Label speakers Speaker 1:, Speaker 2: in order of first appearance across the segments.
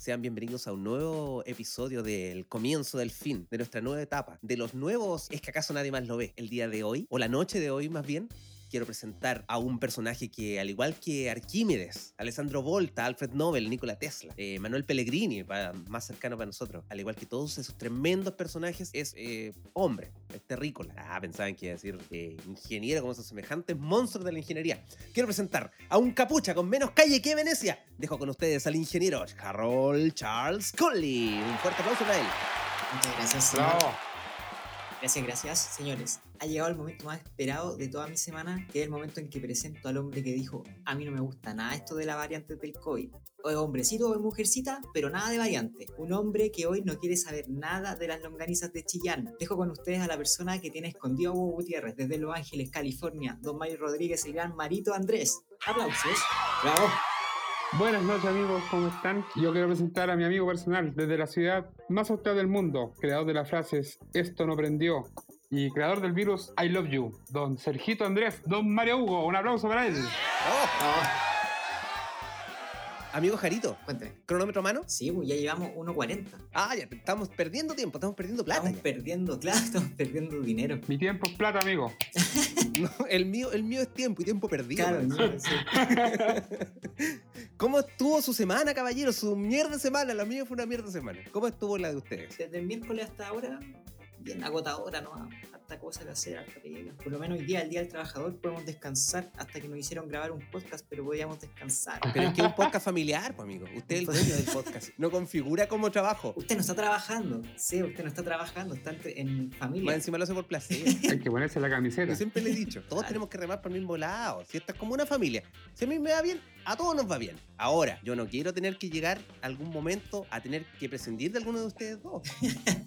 Speaker 1: Sean bienvenidos a un nuevo episodio del comienzo del fin, de nuestra nueva etapa, de los nuevos Es que acaso nadie más lo ve. El día de hoy, o la noche de hoy más bien, quiero presentar a un personaje que, al igual que Arquímedes, Alessandro Volta, Alfred Nobel, Nikola Tesla, eh, Manuel Pellegrini, para- más cercano para nosotros, al igual que todos esos tremendos personajes, es eh, hombre, es terrícola. Ah, pensaban que iba a decir eh, ingeniero, como esos semejantes monstruos de la ingeniería. Quiero presentar a un capucha con menos calle que Venecia. Dejo con ustedes al ingeniero Harold Charles Colley. Un fuerte aplauso para él.
Speaker 2: Muchas gracias, señor.
Speaker 3: Bravo.
Speaker 2: Gracias, gracias, señores. Ha llegado el momento más esperado de toda mi semana, que es el momento en que presento al hombre que dijo, a mí no me gusta nada esto de la variante del COVID. O es hombrecito o es mujercita, pero nada de variante. Un hombre que hoy no quiere saber nada de las longanizas de Chillán. Dejo con ustedes a la persona que tiene escondido a Hugo Gutiérrez desde Los Ángeles, California, Don Mario Rodríguez, el gran Marito Andrés. Aplausos. Bravo.
Speaker 3: Buenas noches amigos, ¿cómo están? Yo quiero presentar a mi amigo personal desde la ciudad más austral del mundo, creador de las frases Esto no prendió y creador del virus I Love You, don Sergito Andrés, don Mario Hugo, un aplauso para él.
Speaker 1: ¡Oh!
Speaker 2: Oh,
Speaker 1: Amigo Jarito,
Speaker 2: cuéntame.
Speaker 1: cronómetro a mano.
Speaker 2: Sí, pues, ya llevamos 1.40.
Speaker 1: Ah, ya estamos perdiendo tiempo, estamos perdiendo plata.
Speaker 2: Estamos
Speaker 1: ya.
Speaker 2: perdiendo, claro, estamos perdiendo dinero.
Speaker 3: Mi tiempo es plata, amigo.
Speaker 1: No, el mío, el mío es tiempo y tiempo perdido.
Speaker 2: Claro,
Speaker 1: parece.
Speaker 2: no, sí.
Speaker 1: ¿Cómo estuvo su semana, caballero? Su mierda de semana. La mía fue una mierda de semana. ¿Cómo estuvo la de ustedes?
Speaker 2: desde el miércoles hasta ahora, bien agotadora, ¿no? Harta cosa que hacer, harta pega. Por lo menos hoy día, el Día del Trabajador, podemos descansar hasta que nos hicieron grabar un podcast, pero podíamos descansar.
Speaker 1: Pero es que es un podcast familiar, pues, amigo. Usted es el dueño del podcast. No configura como trabajo.
Speaker 2: Usted no está trabajando, sí, usted no está trabajando, está entre- en
Speaker 1: Más
Speaker 2: familia.
Speaker 1: encima lo hace por placer.
Speaker 3: Hay que ponerse la
Speaker 1: Yo
Speaker 3: camiseta.
Speaker 1: siempre le he dicho, todos tenemos que remar por el mismo lado. Si esto es como una familia. Si a mí me va bien, a todos nos va bien. Ahora, yo no quiero tener que llegar algún momento a tener que prescindir de alguno de ustedes dos.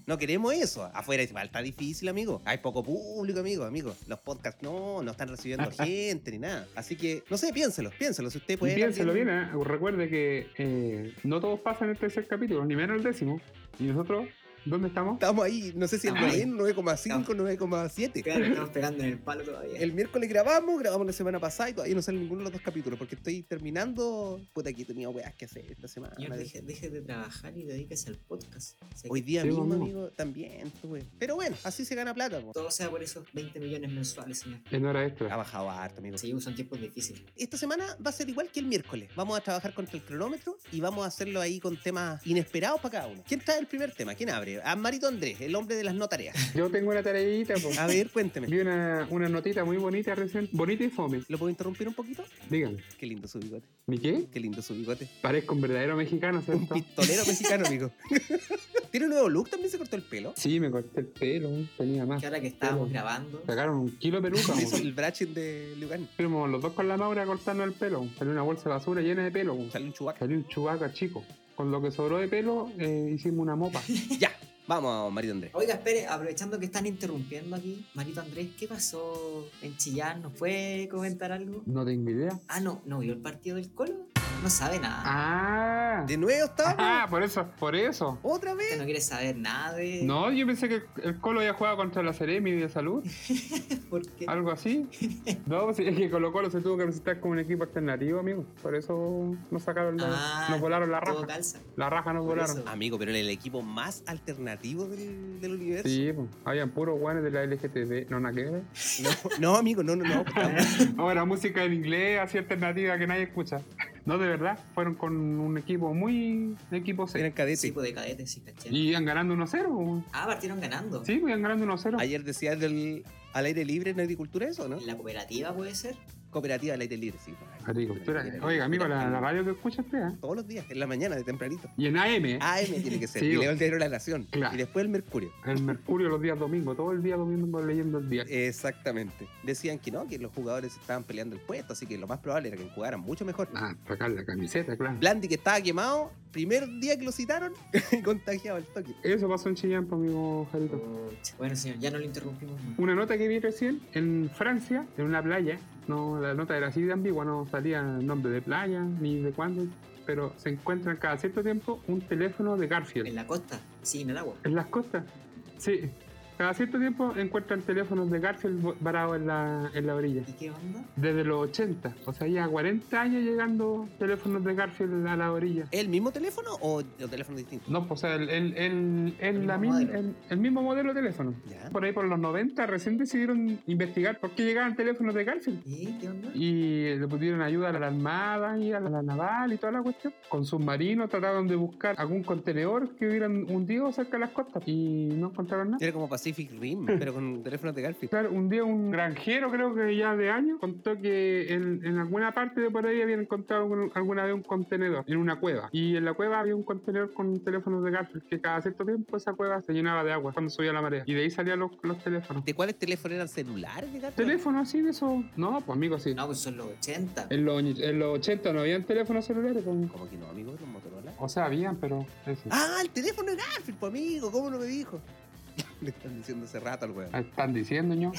Speaker 1: No queremos eso. Afuera es- está difícil, amigo. Hay poco público, amigo, amigo. Los podcasts no, no están recibiendo gente ni nada. Así que, no sé, piénselo, piénselo. Si usted puede.
Speaker 3: Y piénselo
Speaker 1: también-
Speaker 3: bien, ¿eh? recuerde que eh, no todos pasan el tercer capítulo, ni menos el décimo. ¿Y nosotros dónde estamos?
Speaker 1: Estamos ahí, no sé si en
Speaker 2: Estamos ahí.
Speaker 1: 9,5, 9,7.
Speaker 2: Claro, estamos pegando en el palo todavía.
Speaker 1: El miércoles grabamos, grabamos la semana pasada y todavía no sale ninguno de los dos capítulos porque estoy terminando. Puta, que tenía weas que hacer esta semana.
Speaker 2: Señor, deje, deje de trabajar y dedíquese al podcast. O sea,
Speaker 1: Hoy día
Speaker 3: Sí,
Speaker 1: mismo,
Speaker 3: bueno.
Speaker 1: amigo, también tuve. Pero bueno, así se gana plata. po.
Speaker 2: que todo sea por esos 20 millones mensuales, señor.
Speaker 3: En hora
Speaker 1: Ha
Speaker 3: extra.
Speaker 1: bajado harto, amigo.
Speaker 2: Sí, son tiempos difíciles.
Speaker 1: Esta semana va a ser igual que el miércoles. Vamos a trabajar contra el cronómetro y vamos a hacerlo ahí con temas inesperados para cada uno. ¿Quién trae el primer tema? ¿Quién abre? A Marito Andrés, el hombre de las no tareas.
Speaker 3: Yo tengo una tareita, po.
Speaker 1: A ver, cuénteme.
Speaker 3: Vi una, una notita muy bonita recién. Bonita y fome.
Speaker 1: ¿Lo puedo interrumpir un poquito?
Speaker 3: Díganme.
Speaker 1: Qué lindo su bigote.
Speaker 3: ¿Mi qué?
Speaker 1: Qué lindo su bigote.
Speaker 3: Parezco un verdadero mexicano,
Speaker 1: Un
Speaker 3: ¿cierto?
Speaker 1: pistolero mexicano, amigo. ¿Tiene un nuevo look? ¿También se cortó el pelo?
Speaker 3: Sí, me corté el pelo, tenía más.
Speaker 1: Ah.
Speaker 2: Que ahora que estábamos grabando,
Speaker 3: Sacaron un kilo de peluca,
Speaker 1: Se hizo
Speaker 3: weón.
Speaker 1: el brachet de Lugan.
Speaker 3: Fuimos los dos con la Maura a cortarnos el pelo. Salió una bolsa de basura llena de pelo, weón.
Speaker 1: Sale un chubaca.
Speaker 3: Salió un chubaca chico. Con lo que sobró de pelo, eh, hicimos una mopa.
Speaker 1: Ya, vamos, Marito Andrés.
Speaker 2: Oiga, espere, aprovechando que están interrumpiendo aquí, Marito Andrés, ¿qué pasó en Chillán? ¿Nos puede comentar algo?
Speaker 3: No tengo idea.
Speaker 2: Ah, no, no vio el partido del Colo. No sabe nada.
Speaker 3: ¡Ah!
Speaker 1: De nuevo estaba.
Speaker 3: ¡Ah! Por eso, por eso.
Speaker 1: ¿Otra vez?
Speaker 2: Usted Este no quiere saber nada de.
Speaker 3: No, yo pensé que el Colo había jugado contra la Seremi de Salud,
Speaker 2: Porque.
Speaker 3: algo así. No, pues es que Colo Colo se tuvo que presentar como un equipo alternativo, amigo. Por eso nos sacaron la,
Speaker 2: Ah,
Speaker 3: nos volaron la
Speaker 2: Todo
Speaker 3: raja.
Speaker 2: calza.
Speaker 3: La raja nos
Speaker 2: Por
Speaker 3: volaron.
Speaker 2: eso.
Speaker 1: Amigo, pero era el equipo más alternativo del, del universo.
Speaker 3: Sí, po. habían puros guanes de la LGTB, no nada que ver.
Speaker 1: No, no, amigo, no, no, no.
Speaker 2: Ah,
Speaker 3: Ahora, música en inglés, así alternativa que nadie escucha. No, de verdad, fueron con un equipo muy. equipo
Speaker 1: Eran
Speaker 3: serio.
Speaker 1: cadetes.
Speaker 2: Tipo de cadetes, sí, caché.
Speaker 3: Y iban ganando 1-0.
Speaker 2: Ah, partieron ganando.
Speaker 3: Sí, pues, iban ganando 1-0.
Speaker 1: Ayer decías del al aire libre en agricultura eso, ¿no?
Speaker 2: ¿En la cooperativa puede ser?
Speaker 1: Cooperativa al aire libre, sí. pues.
Speaker 3: Agricultura. Oiga, amigo, la, la radio que escucha usted, ¿eh?
Speaker 1: Todos los días, en la mañana, de tempranito.
Speaker 3: Y en AM, ¿eh?
Speaker 1: AM tiene que ser.
Speaker 3: Sí,
Speaker 1: y
Speaker 3: o-
Speaker 1: leo el diario La Nación.
Speaker 3: Claro.
Speaker 1: Y después el Mercurio.
Speaker 3: el Mercurio los días domingo, todo el día domingo leyendo el día.
Speaker 1: Exactamente. Decían que no, que los jugadores estaban peleando el puesto, así que lo más probable era que jugaran mucho mejor.
Speaker 3: Ah, sacar la camiseta, claro.
Speaker 1: Blandi que estaba quemado, primer día que lo citaron, contagiado al toque.
Speaker 3: Eso pasó en Chillán, pues, amigo Jarito.
Speaker 2: Pucha. Bueno, señor, ya no lo interrumpimos más.
Speaker 3: Una nota que vi recién en Francia, en una playa. No, la nota era así de ambigua, no salía el nombre de playa ni de cuándo, pero se encuentran cada cierto tiempo un teléfono de Garfield
Speaker 2: En la costa, sí, en el agua.
Speaker 3: en las costas. Sí, Cada cierto tiempo encuentran teléfonos de Garfield bo- varados en la, en la orilla.
Speaker 2: ¿Y qué onda?
Speaker 3: Desde los 80, o sea, ya 40 años llegando teléfonos de Garfield a la orilla.
Speaker 1: ¿El mismo teléfono o, o teléfono distinto?
Speaker 3: No, pues, o sea, el, el, el, el-
Speaker 2: El
Speaker 3: la
Speaker 2: mismo
Speaker 3: min-
Speaker 2: modelo.
Speaker 3: el- el mismo modelo de teléfono.
Speaker 1: Ya.
Speaker 3: Por ahí por los 90 recién decidieron investigar por qué llegaban teléfonos de Garfield.
Speaker 2: ¿Y qué onda?
Speaker 3: Y le pudieron ayuda a la Armada y a la Naval y toda la cuestión. Con submarinos trataron de buscar algún contenedor que hubieran hundido cerca de las costas y no encontraron nada.
Speaker 1: Era como Pacific Rim, pero con teléfonos de Garfield.
Speaker 3: Claro, un día un granjero, creo que ya de años, contó que en, en alguna parte de por ahí habían encontrado algún- alguna vez un contenedor en una cueva. Y en la cueva había un contenedor con teléfonos de Garfield que cada cierto tiempo esa cueva se llenaba de agua cuando subía la marea. Y de ahí salían los, los teléfonos.
Speaker 1: ¿De cuáles teléfonos eran celulares de Garfield?
Speaker 3: ¿Teléfono así de eso? No, pues amigo, sí.
Speaker 2: No, pues son los 80.
Speaker 3: En los, en los 80 no habían teléfonos celulares. pues.
Speaker 1: Como que no, amigo, los Motorola.
Speaker 3: O sea, habían, pero... pues, ese.
Speaker 1: ¡Ah, el teléfono de Garfield, pues amigo! ¿Cómo no me dijo? Le están diciendo hace rato al weón.
Speaker 3: Ah, ¿Están diciendo, ño?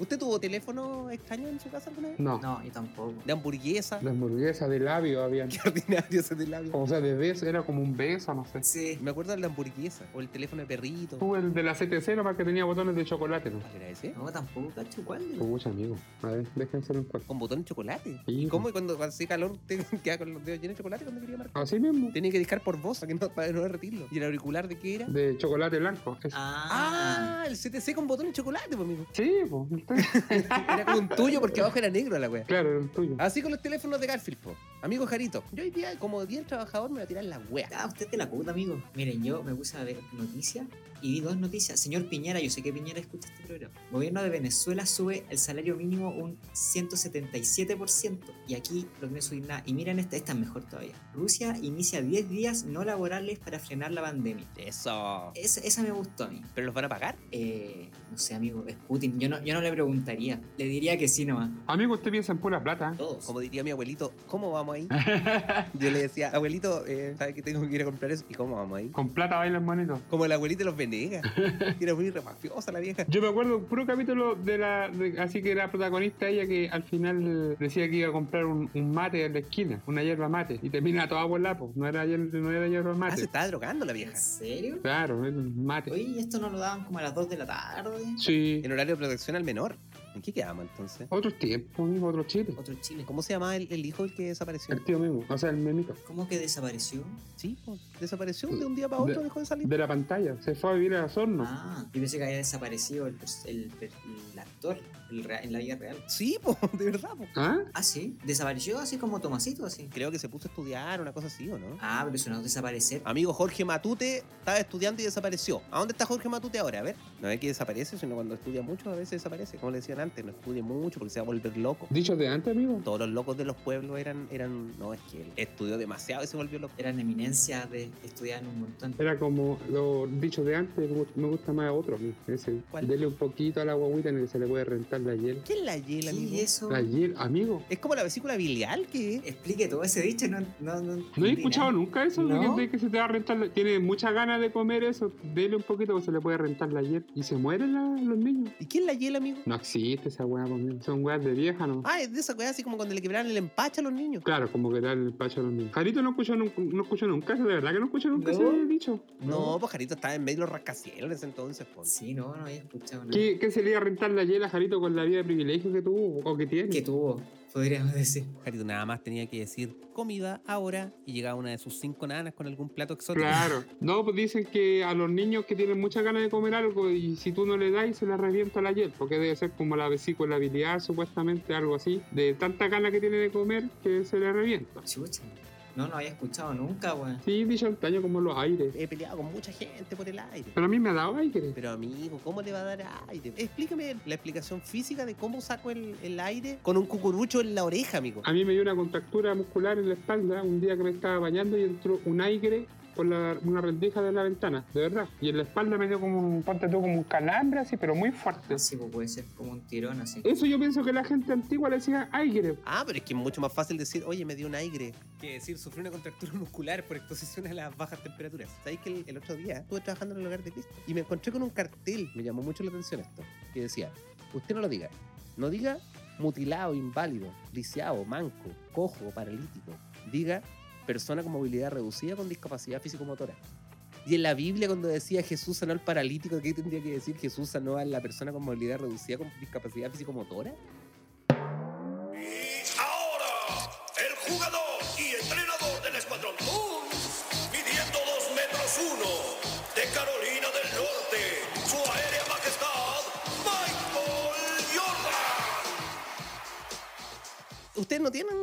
Speaker 1: ¿Usted tuvo teléfono extraño en su casa alguna vez?
Speaker 3: No.
Speaker 2: No, yo tampoco.
Speaker 1: ¿De hamburguesa?
Speaker 3: De hamburguesa, de labio habían.
Speaker 1: Qué ordinario ese de labio.
Speaker 3: O sea, de beso, era como un beso, no sé.
Speaker 2: Sí.
Speaker 1: Me acuerdo del de hamburguesa o el teléfono de perrito.
Speaker 3: Tú, el de la CTC, nomás que tenía botones de chocolate, ¿no?
Speaker 1: ¿Cuál era ese?
Speaker 2: No, tampoco, cacho, ¿cuál?
Speaker 3: Mucho amigo. A ver, déjense un cuarto.
Speaker 1: Con botón de chocolate.
Speaker 3: Sí. pues,
Speaker 1: ¿Y cómo? Y cuando hace calor, te queda con los dedos llenos de chocolate cuando quería marcar.
Speaker 3: Así mismo.
Speaker 1: Tenía que discar por voz para que no, para no derretirlo. ¿Y el auricular de qué era?
Speaker 3: De chocolate blanco. Eso.
Speaker 2: Ah,
Speaker 1: ¡Ah! El CTC con botón de chocolate, pues, amigo.
Speaker 3: Sí, pues.
Speaker 1: Era como un tuyo porque abajo era negro la wea.
Speaker 3: Claro, era el tuyo.
Speaker 1: Así con los teléfonos de Garfield, po. Amigo Jarito, yo hoy día, como 10 trabajador, me voy a tirar la wea.
Speaker 2: Ah, usted te la puta, amigo. Miren, yo me puse a ver noticias y vi dos noticias. Señor Piñera, yo sé que Piñera escucha este programa. Gobierno de Venezuela sube el salario mínimo un 177% y aquí lo que no subir nada. Y miren esta, esta es mejor todavía. Rusia inicia 10 días no laborales para frenar la pandemia.
Speaker 1: Eso.
Speaker 2: Esa, esa me gustó a mí.
Speaker 1: Eh, ¿Pero los van a pagar?
Speaker 2: Eh, no sé, amigo, es Putin. Yo no, yo no le preguntaría. Le diría que sí nomás.
Speaker 3: Amigo, usted piensa en pura plata.
Speaker 2: Todos.
Speaker 1: Como diría mi abuelito, ¿cómo vamos ahí?
Speaker 3: ¿eh?
Speaker 1: Yo le decía, abuelito, eh, ¿sabes que tengo que ir a comprar eso? ¿Y cómo vamos ahí?
Speaker 3: Con plata bailan bonito.
Speaker 1: Como el abuelito de los Venegas. Era muy remafiosa la vieja.
Speaker 3: Yo me acuerdo un puro capítulo de la. de- así que era protagonista ella que al final decía que iba a comprar un, un mate en la esquina, una hierba mate, y termina toda por lapo. No era, hier- no era hierba
Speaker 1: Ah, se
Speaker 3: mate.
Speaker 1: estaba drogando la
Speaker 2: ¿En
Speaker 1: vieja.
Speaker 2: serio?
Speaker 3: Claro, era un mate.
Speaker 2: Oye, ¿y esto no lo daban como a las 2 de la tarde?
Speaker 3: Sí.
Speaker 1: En horario de protección al menor. ¿En qué quedamos entonces?
Speaker 3: Otros tiempos, mismo, otros chiles.
Speaker 2: Otro Chile.
Speaker 1: ¿Cómo se llama el, el hijo el que desapareció?
Speaker 3: El tío mismo, o sea, el memito.
Speaker 2: ¿Cómo que desapareció?
Speaker 1: Sí, po, desapareció de un día para otro,
Speaker 3: De-
Speaker 1: dejó de salir.
Speaker 3: De la pantalla, se fue a vivir a Osorno.
Speaker 2: Ah, yo pensé que había desaparecido el, pers- el per- el actor el rea- en la vida real.
Speaker 1: Sí, po, de verdad, po.
Speaker 3: ¿Ah?
Speaker 2: Ah, sí. Desapareció así como Tomasito, así.
Speaker 1: Creo que se puso a estudiar, una cosa así, ¿o no?
Speaker 2: Ah, pero eso no es desaparecer.
Speaker 1: Amigo Jorge Matute estaba estudiando y desapareció. ¿A dónde está Jorge Matute ahora? A ver, no es que desaparece, sino cuando estudia mucho a veces desaparece. Como le decían antes, no estudie mucho porque se va a volver loco.
Speaker 3: Dicho de antes, amigo.
Speaker 1: Todos los locos de los pueblos eran, eran, no, es que él estudió demasiado y se volvió loco.
Speaker 2: Eran eminencias de estudiar un montón.
Speaker 3: Era como lo dicho de antes, me gu- me gusta más otro. amigo, Ese.
Speaker 1: ¿Cuál?
Speaker 3: Dele un poquito a la guaguita en el que se le puede rentar la hiel.
Speaker 1: ¿Qué es la hiel, amigo?
Speaker 2: ¿Qué es eso?
Speaker 3: La hiel, amigo.
Speaker 1: Es como la vesícula biliar que es.
Speaker 2: Explique todo ese dicho. No, no, no,
Speaker 3: No
Speaker 2: entendí
Speaker 3: he escuchado
Speaker 2: nada.
Speaker 3: nunca eso de,
Speaker 2: ¿No?
Speaker 3: que, de que se te va a rentar. la- Tiene muchas ganas de comer eso. Dele un poquito que se le puede rentar la hiel. Y se mueren la- los niños.
Speaker 1: ¿Y qué es la hiel, amigo?
Speaker 3: No existe esa weá, pues, amigo. Son weas de vieja, ¿no?
Speaker 1: Ah, es de esa cosa así como cuando le quebraron el empache a los niños.
Speaker 3: Claro, como que dan el pacho a los niños. Jarito no escuchó nunca, no escuchó nunca eso, de verdad que no escuchó nunca
Speaker 2: ¿No?
Speaker 3: ese dicho.
Speaker 1: No, pues Jarito estaba en medio de los rascacielos en ese entonces, pues. po.
Speaker 2: Sí, no, no había escuchado nada.
Speaker 3: ¿Qué, qué se le iba a rentar la hiel a Jarito con la vida de privilegio que tuvo o que tiene?
Speaker 2: ¿Qué tuvo? Podríamos decir.
Speaker 1: Jarito nada más tenía que decir comida ahora y llegaba una de sus cinco nanas con algún plato exótico.
Speaker 3: Claro. No, pues dicen que a los niños que tienen muchas ganas de comer algo y si tú no le das, se les revienta la hiel, porque debe ser como la vesícula biliar, supuestamente, algo así, de tanta ganas que tiene de comer que se le revienta.
Speaker 2: Chucha. No, no había escuchado nunca, weón.
Speaker 3: Sí, dicho antaño como los aires.
Speaker 1: He peleado con mucha gente por el aire.
Speaker 3: Pero a mí me ha dado aire.
Speaker 1: Pero amigo, ¿cómo le va a dar aire? Explícame la explicación física de cómo saco el, el aire con un cucurucho en la oreja, amigo.
Speaker 3: A mí me dio una contractura muscular en la espalda un día que me estaba bañando y entró un aire por la- una rendija de la ventana, de verdad. Y en la espalda me dio como un, ponte tú, como un calambre así, pero muy fuerte.
Speaker 2: Sí, pues puede ser como un tirón así.
Speaker 3: Eso yo pienso que la gente antigua le decía aire.
Speaker 1: Ah, pero es que es mucho más fácil decir, oye, me dio un aire, que decir, sufrí una contractura muscular por exposición a las bajas temperaturas. Sabéis que el, el otro día estuve trabajando en el hogar de Cristo y me encontré con un cartel, me llamó mucho la atención esto, que decía, usted no lo diga, no diga mutilado, inválido, lisiado, manco, cojo, paralítico, diga persona con movilidad reducida con discapacidad físico-motora. Y en la Biblia, cuando decía Jesús sanó al paralítico, ¿qué tendría que decir Jesús sanó a la persona con movilidad reducida, con discapacidad fisicomotora?
Speaker 4: Y ahora, el jugador y entrenador del Escuadrón Toons, midiendo 2 metros 1, de Carolina del Norte, su aérea majestad, Michael Jordan.
Speaker 1: Ustedes no tienen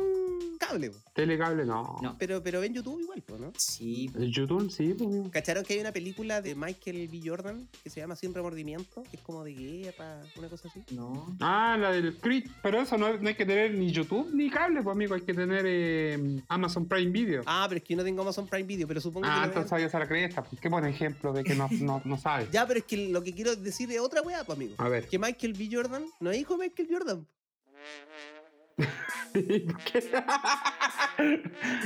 Speaker 1: cable, po,
Speaker 3: Telecable no.
Speaker 2: No.
Speaker 1: pero, pero ven YouTube igual, po, ¿no?
Speaker 2: Sí,
Speaker 3: El YouTube sí, pues, amigo.
Speaker 1: ¿Cacharon que hay una película de Michael B. Jordan que se llama Sin Remordimiento? Que es como de guerra, una cosa así.
Speaker 2: no.
Speaker 3: Ah, la del Creed. Pero eso no, no hay que tener ni YouTube ni cable, pues, amigo. Hay que tener eh, Amazon Prime Video. Ah,
Speaker 1: Ah, pero es que yo no tengo Amazon Prime Video, pero supongo que. lo
Speaker 3: entonces
Speaker 1: vean.
Speaker 3: sabías a la cresta. pues. Qué buen ejemplo de que no, no, no sabes.
Speaker 1: Ya, pero es que lo que quiero decir es otra weá, pues, amigo.
Speaker 3: A ver.
Speaker 1: Que Michael B. Jordan no es hijo de Michael Jordan.
Speaker 3: ¿Por qué?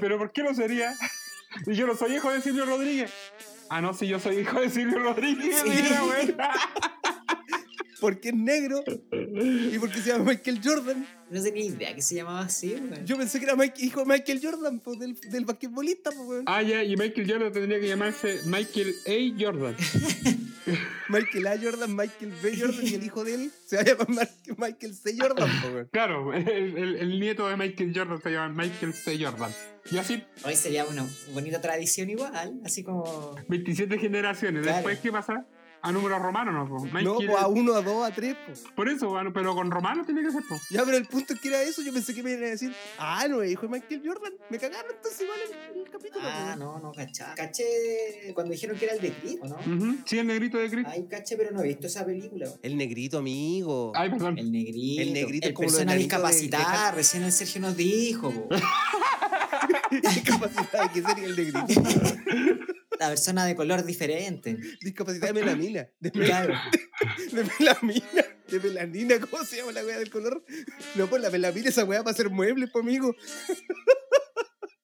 Speaker 3: ¿Pero por qué lo sería? Y yo no soy hijo de Silvio Rodríguez. Ah, no, si yo soy hijo de Silvio Rodríguez,
Speaker 1: Sí.
Speaker 3: mira, güey.
Speaker 1: Porque es negro y porque se llama Michael Jordan.
Speaker 2: No tenía idea que se llamaba así, weón.
Speaker 1: Yo pensé que era Mike- hijo de Michael Jordan, pues, del, del basquetbolista, pues, weón.
Speaker 3: Ah, ya, y Michael Jordan tendría que llamarse Michael A. Jordan.
Speaker 1: Michael A. Jordan, Michael B. Jordan y el hijo de él se va a llamar Mar- Michael C. Jordan, pues, weón.
Speaker 3: Claro, el, el- el nieto de Michael Jordan se llama Michael C. Jordan. Y así,
Speaker 2: Hoy sería una bonita tradición igual, así como...
Speaker 3: 27 generaciones.
Speaker 2: Claro.
Speaker 3: Después, ¿qué pasa? A números romanos, ¿no? po? Michael,
Speaker 1: No, pues, a uno, a dos, a tres, pues.
Speaker 3: Por eso, bueno, pero con romano tiene que ser, po.
Speaker 1: Ya, pero el punto es que era eso. Yo pensé que me iban a decir, ah, no, es hijo de Michael Jordan. Me cagaron entonces igual el, el capítulo.
Speaker 2: Ah,
Speaker 1: pues.
Speaker 2: no, no, cachá. Caché cuando dijeron que era el de Creed, ¿o no?
Speaker 1: Mm.
Speaker 3: Ujú, Sí, el negrito de Chris.
Speaker 2: Ay, caché, pero no he visto esa película. weón.
Speaker 1: El negrito, amigo.
Speaker 3: Ay, perdón.
Speaker 2: El negrito.
Speaker 1: El negrito es
Speaker 2: El
Speaker 1: como lo
Speaker 2: persona
Speaker 1: del negrito de-
Speaker 2: discapacitada, recién el Sergio nos dijo, po.
Speaker 1: Discapacidad, ¿qué sería el negrito?
Speaker 2: La persona de color diferente.
Speaker 1: Discapacidad de melanina. De, mel-
Speaker 2: Claro.
Speaker 1: de melamina. De melanina, ¿cómo se llama la weá del color? No, pues la melamina, esa weá para hacer muebles, pues, amigo.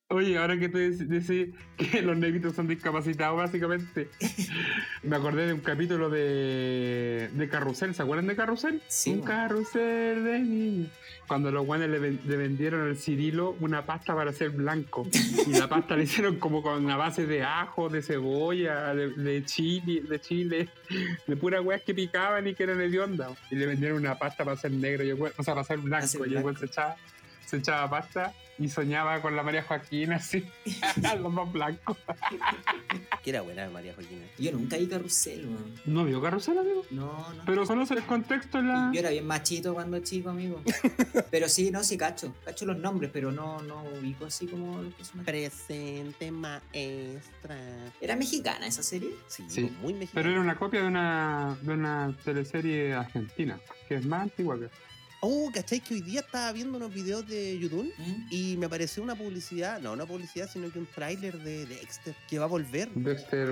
Speaker 3: Oye, ahora que te dec- decís que los negritos son discapacitados, básicamente, me acordé de un capítulo de, de Carrusel. ¿Se acuerdan de Carrusel?
Speaker 2: Sí,
Speaker 3: un
Speaker 2: po.
Speaker 3: carrusel de niños. Cuando los guanes le, ven- le vendieron al Cirilo una pasta para ser blanco. Y la pasta le hicieron como con la base de ajo, de cebolla, de, de chile, de chile, de puras weas que picaban y que eran hediondas. Y le vendieron una pasta para ser negro, y el we- o sea, para ser blanco.
Speaker 2: ser
Speaker 3: y el
Speaker 2: blanco.
Speaker 3: weón se echaba, se echaba pasta y soñaba con la María Joaquina así, los más blancos.
Speaker 1: Que era buena María Joaquina.
Speaker 2: Yo nunca vi Carrusel, weón.
Speaker 3: ¿No vio carrusel, amigo?
Speaker 2: No, no.
Speaker 3: Pero conoce el contexto en
Speaker 1: ah.
Speaker 3: la...
Speaker 2: Yo era bien machito cuando chico, amigo. Pero sí, no, sí cacho. Cacho los nombres, pero no, no ubico así como los personajes.
Speaker 1: Presente maestra.
Speaker 2: ¿Era mexicana esa serie?
Speaker 1: Sí,
Speaker 3: Sí.
Speaker 1: muy mexicana.
Speaker 3: Pero era una copia de una, de una teleserie argentina, que es más antigua que.
Speaker 1: Oh, ¿cachai? Que hoy día estaba viendo unos videos de YouTube
Speaker 2: ¿Mm?
Speaker 1: Y me apareció una publicidad, no una publicidad, sino que un tráiler de Dexter que va a volver.
Speaker 3: Dexter.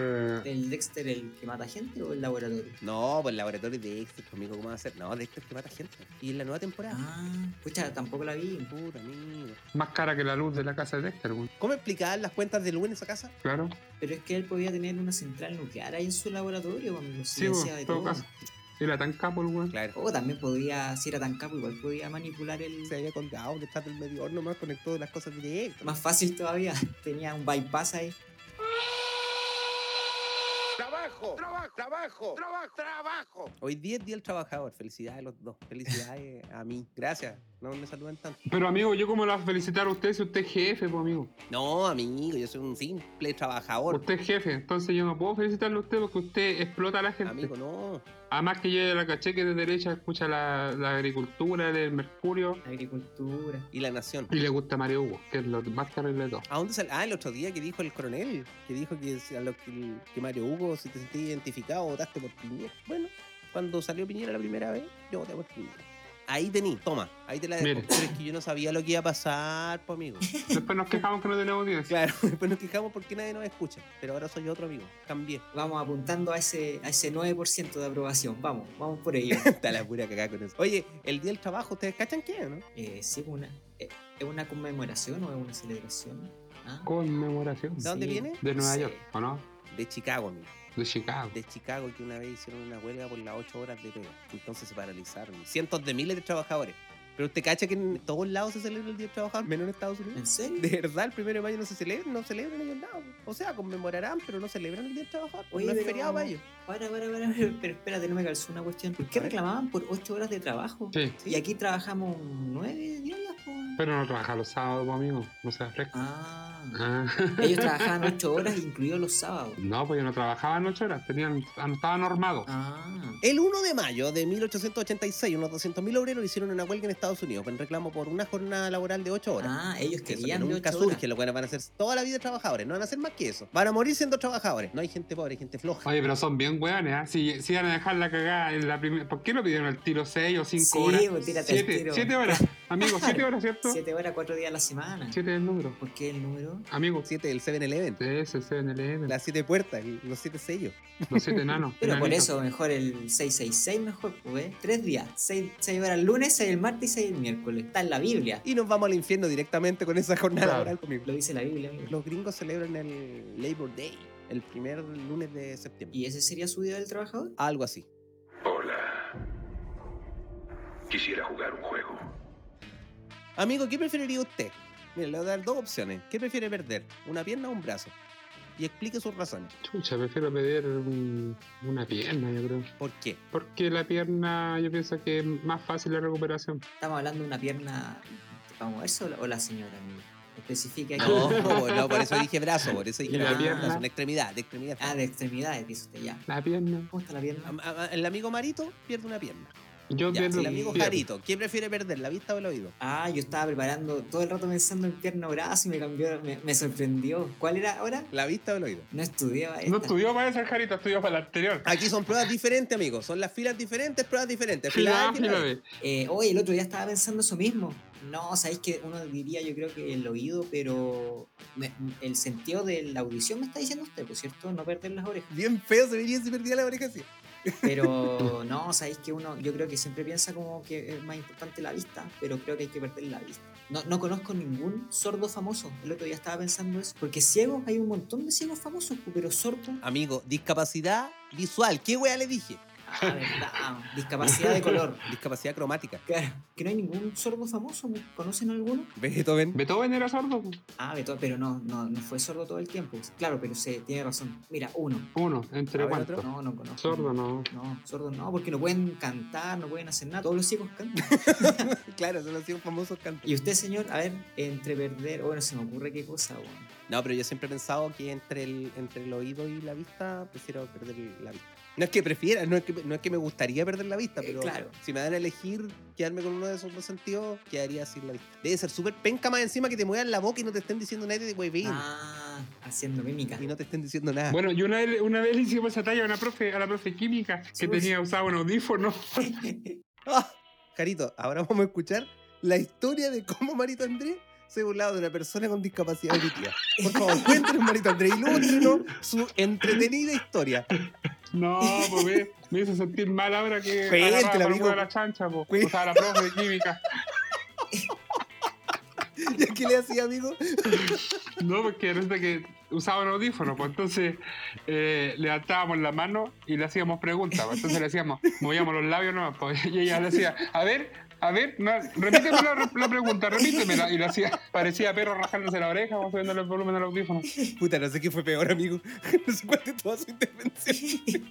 Speaker 3: eh,
Speaker 2: ¿El Dexter el que mata gente o el laboratorio?
Speaker 1: No, pues el laboratorio de Dexter, conmigo, ¿cómo va a ser? No, Dexter que mata gente. Y en la nueva temporada.
Speaker 2: Ah, pucha, tampoco la vi.
Speaker 1: Puta, amigo.
Speaker 3: Más cara que la luz de la casa de Dexter, güey.
Speaker 1: ¿Cómo explicar las cuentas de Luen en esa casa?
Speaker 3: Claro.
Speaker 2: Pero es que él podía tener una central nuclear ahí en su laboratorio, amigo. si
Speaker 3: Sí,
Speaker 2: le
Speaker 3: güey,
Speaker 2: hacía de
Speaker 3: en todo
Speaker 2: todo.
Speaker 3: caso. Era tan capo el güey.
Speaker 1: Claro.
Speaker 2: O también podía, si era tan capo, igual podía manipular el...
Speaker 1: Oh, Se había colgado detrás del medio horno más conectó las cosas de Dexter.
Speaker 2: Más fácil todavía. Tenía un bypass ahí.
Speaker 4: Trabajo, trabajo, trabajo, trabajo, trabajo.
Speaker 1: Hoy día es Día del Trabajador. Felicidades a los dos. Felicidades a mí. Gracias. No me saludan tanto.
Speaker 3: Pero amigo, yo como la voy a felicitar a usted si usted es jefe, pues amigo.
Speaker 1: No, amigo, yo soy un simple trabajador.
Speaker 3: Usted es jefe, entonces yo no puedo felicitarle a usted porque usted explota a la gente.
Speaker 1: Amigo, no.
Speaker 3: Además que yo de la caché que de derecha escucha la, la agricultura, el mercurio.
Speaker 2: Agricultura.
Speaker 1: Y la nación.
Speaker 3: Y le gusta Mario Hugo, que es lo más terrible de todo.
Speaker 1: ¿A dónde sal- Ah, el otro día que dijo el coronel, que dijo que, si- a lo que, que Mario Hugo, si te sentís identificado, votaste por Piñera. Bueno, cuando salió Piñera la primera vez, yo voté por Piñera. Ahí tení, toma, ahí te la dejo.
Speaker 3: Mire.
Speaker 1: Pero es que yo no sabía lo que iba a pasar, pues amigo.
Speaker 3: Después nos quejamos que no tenemos audiencia.
Speaker 1: Claro, después nos quejamos porque nadie nos escucha. Pero ahora soy otro amigo, cambié.
Speaker 2: Vamos apuntando a ese, a ese 9% de aprobación. Vamos, vamos por ello.
Speaker 1: Está la pura cagada con eso. Oye, el día del trabajo, ¿ustedes cachan qué, no?
Speaker 2: eh, sí, una, eh, ¿Es una conmemoración o es una celebración? Ah,
Speaker 3: Conmemoración.
Speaker 1: ¿De dónde viene?
Speaker 3: De Nueva
Speaker 2: Sí.
Speaker 3: York, ¿o no?
Speaker 1: De Chicago, amigo.
Speaker 3: De Chicago.
Speaker 1: de Chicago que una vez hicieron una huelga por las 8 horas de pega. Entonces se paralizaron. Cientos de miles de trabajadores. Pero usted cacha que en todos lados se celebra el Día del Trabajador, menos en Estados Unidos.
Speaker 2: ¿En serio?
Speaker 1: De verdad, el primero de mayo no se celebra, no celebran en ningún lado. O sea, conmemorarán, pero no celebran el Día del Trabajador.
Speaker 2: Oye,
Speaker 1: no es
Speaker 2: pero-
Speaker 1: feriado para ellos.
Speaker 2: Para, para, para, pero, pero espérate, no me calzó una cuestión. ¿Por qué reclamaban por 8 horas de trabajo?
Speaker 3: Sí,
Speaker 2: Y aquí trabajamos 9 diarias. po.
Speaker 3: pero no trabaja los sábados, pues, amigo. No sea fresco.
Speaker 2: Ah,
Speaker 3: Ah.
Speaker 2: ellos trabajaban 8 horas, incluidos los sábados.
Speaker 3: No, pues yo no trabajaban ocho horas, tenían, no estaban normados.
Speaker 2: Ah,
Speaker 1: El 1 de mayo de 1886, unos 200.000 obreros hicieron una huelga en Estados Unidos en reclamo por una jornada laboral de 8 horas.
Speaker 2: ah
Speaker 1: Que
Speaker 2: ellos
Speaker 1: eso que
Speaker 2: querían de
Speaker 1: nunca
Speaker 2: 8 horas.
Speaker 1: surge, lo bueno, van a ser toda la vida trabajadores, no van a ser más que eso. Van a morir siendo trabajadores. No hay gente pobre, hay gente floja.
Speaker 3: Oye, pero son bien hueones, ¿ah? Si, si iban a dejar la cagada en la primera. ¿Por qué no pidieron el tiro 6 o 5
Speaker 2: Sí,
Speaker 3: horas?
Speaker 2: pues tírate el
Speaker 3: Siete,
Speaker 2: tiro.
Speaker 3: siete horas, amigo, siete horas, ¿cierto?
Speaker 2: 7 horas, 4 días a la semana.
Speaker 3: Siete es el número,
Speaker 2: ¿Por qué el número?
Speaker 3: amigo.
Speaker 1: 7 del 7-Eleven,
Speaker 3: Ese, CNLM,
Speaker 1: las 7 puertas, el- los 7 sellos.
Speaker 3: los siete enanos.
Speaker 2: Pero por
Speaker 3: enanitos.
Speaker 2: eso, mejor el 666, mejor, pues, 3 días. 6, horas el lunes, 6 el martes y 6 el miércoles. Está en la Biblia.
Speaker 1: Y nos vamos al infierno directamente con esa jornada
Speaker 3: Claro.
Speaker 1: laboral conmigo.
Speaker 2: Lo dice la Biblia, amigo.
Speaker 1: Los gringos celebran el Labor Day, el primer lunes de septiembre.
Speaker 2: ¿Y ese sería su día del trabajador?
Speaker 1: Algo así.
Speaker 5: Hola. Quisiera jugar un juego.
Speaker 1: Amigo, ¿qué preferiría usted? Mire, le voy a dar dos opciones. ¿Qué prefiere perder? ¿Una pierna o un brazo? Y explique sus razones.
Speaker 3: Chucha, prefiero pedir un- una pierna, yo creo.
Speaker 1: ¿Por qué?
Speaker 3: Porque la pierna, yo pienso que es más fácil la recuperación.
Speaker 2: Estamos hablando de una pierna para moverse o la, o la señora, amigo. Especifica aquí.
Speaker 1: No, no, por eso dije brazo, por eso dije
Speaker 3: ¿Y la
Speaker 1: brazo,
Speaker 3: pierna?
Speaker 1: una extremidad, de extremidad.
Speaker 2: Ah, de extremidades, dice usted ya.
Speaker 3: La pierna.
Speaker 2: ¿Cómo está la pierna?
Speaker 1: Am- am- ah, El amigo Marito pierde una pierna.
Speaker 3: Yo
Speaker 1: Ya,
Speaker 3: pierdo-
Speaker 1: el amigo
Speaker 3: pierdo.
Speaker 1: Jarito, ¿qué prefiere perder? ¿La vista o el oído?
Speaker 2: Ah, yo estaba preparando todo el rato pensando en pierna o brazo y me cambió, me, me sorprendió. ¿Cuál era ahora?
Speaker 1: La vista o el oído.
Speaker 2: No estudiaba esta.
Speaker 3: No estudió para eso el Jarito, estudió para el anterior.
Speaker 2: Ah,
Speaker 1: Aquí son pruebas diferentes, amigos. Son las filas diferentes, pruebas diferentes.
Speaker 3: Fila
Speaker 1: Fila
Speaker 3: A,
Speaker 1: A, fila
Speaker 3: fila
Speaker 1: B.
Speaker 3: B.
Speaker 2: Eh, oye, el otro día estaba pensando eso mismo. No, sabéis que uno diría, yo creo que el oído, pero me- el sentido de la audición me está diciendo usted, por cierto, no perder las orejas.
Speaker 1: Bien feo se vería si perdía la oreja así.
Speaker 2: Pero no, sabéis que uno, yo creo que siempre piensa como que es más importante la vista, pero creo que hay que perder la vista. No, no conozco ningún sordo famoso. El otro día estaba pensando eso. Porque ciegos, hay un montón de ciegos famosos, pero sordos.
Speaker 3: Ah.
Speaker 1: Amigo, discapacidad visual. ¿Qué weá le dije?
Speaker 2: Ah, verdad. Discapacidad de color.
Speaker 1: Discapacidad cromática.
Speaker 2: Claro, que no hay ningún sordo famoso. ¿Conocen alguno?
Speaker 1: Beethoven.
Speaker 3: Beethoven era sordo.
Speaker 2: Ah, Beethoven, pero no, no, no fue sordo todo el tiempo. Claro, pero se tiene razón. Mira, uno.
Speaker 3: Uno, entre
Speaker 1: A ver,
Speaker 3: cuántos.
Speaker 2: No, no conozco.
Speaker 3: Sordo, no.
Speaker 2: No, sordo no, porque no pueden cantar, no pueden hacer nada. Todos los ciegos cantan.
Speaker 1: Claro, son así un famoso canto.
Speaker 2: Y usted, señor, a ver, entre perder, bueno, se me ocurre qué cosa, weón.
Speaker 1: No, pero yo siempre he pensado que entre el, entre el oído y la vista prefiero perder la vista. No es que prefiera, no es que, no es que me gustaría perder la vista,
Speaker 2: Eh,
Speaker 1: pero
Speaker 2: claro.
Speaker 1: si me dan a elegir quedarme con uno de esos dos sentidos, quedaría sin la vista. Debe ser súper penca más encima que te muevan la boca y no te estén diciendo nadie de huevín.
Speaker 2: Ah, haciendo mímica.
Speaker 1: Y no te estén diciendo nada.
Speaker 3: Bueno, yo una vez, una vez le hicimos esa talla a una profe, a la profe química, que
Speaker 2: Sí, pues.
Speaker 3: tenía usado un audífono.
Speaker 1: Ah, Carito, ahora vamos a escuchar la historia de cómo Marito Andrés se burlaba de una persona con discapacidad auditiva. Por favor, cuéntenos, Marito Andrés, ilústrenos su entretenida historia.
Speaker 3: No, pues ve, me hizo sentir mal ahora que
Speaker 1: Cuéntela,
Speaker 3: agarraba para el
Speaker 1: amigo.
Speaker 3: huevo a la chancha, pues.
Speaker 1: Cué-
Speaker 3: O sea, a la profe de química.
Speaker 1: ¿Y ¿Qué le hacía, amigo?
Speaker 3: No, porque resulta que usaba un audífono, pues entonces eh, levantábamos la mano y le hacíamos preguntas. pues. Entonces le hacíamos, movíamos los labios nomás, pues, y ella le hacía, a ver, a ver, no, repíteme la, la pregunta, repítemela. Y le hacía, parecía perro rajándose la oreja o subiendo el volumen al audífono.
Speaker 1: Puta, no sé qué fue peor, amigo. No sé cuál de todas su intervención.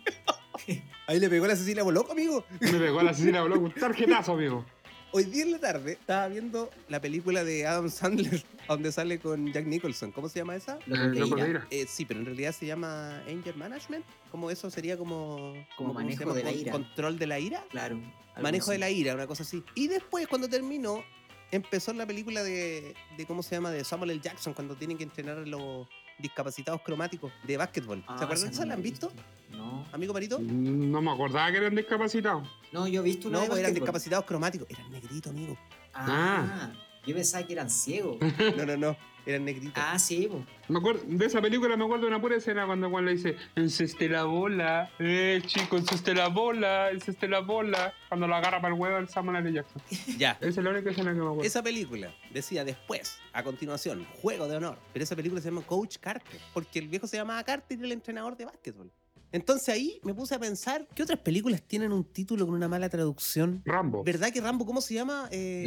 Speaker 1: Ahí le pegó la Cecilia loco, amigo.
Speaker 3: Me pegó la Cecilia Boloco, un tarjetazo, amigo.
Speaker 1: Hoy día en la tarde estaba viendo la película de Adam Sandler, donde sale con Jack Nicholson. ¿Cómo se llama esa?
Speaker 2: Lo que te
Speaker 3: Loco
Speaker 2: dirá.
Speaker 3: de ira.
Speaker 1: Eh, sí, pero en realidad se llama Anger Management. Como eso sería como. ¿cómo
Speaker 2: Como
Speaker 1: se
Speaker 2: manejo
Speaker 1: llama?
Speaker 2: de la
Speaker 1: Con-
Speaker 2: ira.
Speaker 1: Control de la ira.
Speaker 2: Claro. algo
Speaker 1: Manejo de
Speaker 2: así.
Speaker 1: la ira, una cosa así. Y después, cuando terminó, empezó la película de, de ¿Cómo se llama? De Samuel L. Jackson, cuando tienen que entrenar a los discapacitados cromáticos de básquetbol.
Speaker 2: Ah,
Speaker 1: ¿Se acuerdan de
Speaker 2: esa no
Speaker 1: esa? ¿La han
Speaker 2: he
Speaker 1: visto?
Speaker 2: No.
Speaker 1: Amigo Marito.
Speaker 3: No me acordaba que eran discapacitados.
Speaker 2: No, yo he visto una
Speaker 1: No,
Speaker 2: de
Speaker 1: pues eran
Speaker 2: básquetbol.
Speaker 1: discapacitados cromáticos. Eran negritos, amigo.
Speaker 2: Ah, yo pensaba que eran ciegos.
Speaker 1: No, no, no. Eran negritos.
Speaker 2: ah, sí, po.
Speaker 3: Me acuerdo, de esa película me acuerdo de una pura escena cuando Juan le dice, enceste la bola, eh chico, enceste la bola, enceste la bola, cuando lo agarra para el huevo el Samuel L. Jackson.
Speaker 1: Ya.
Speaker 3: Esa es la única escena que me acuerdo.
Speaker 1: Esa película decía después, a continuación, Juego de Honor. Pero esa película se llama Coach Carter, porque el viejo se llamaba Carter y era el entrenador de básquetbol. Entonces ahí me puse a pensar, ¿qué otras películas tienen un título con una mala traducción?
Speaker 3: Rambo.
Speaker 1: ¿Verdad que Rambo, cómo se llama? Eh,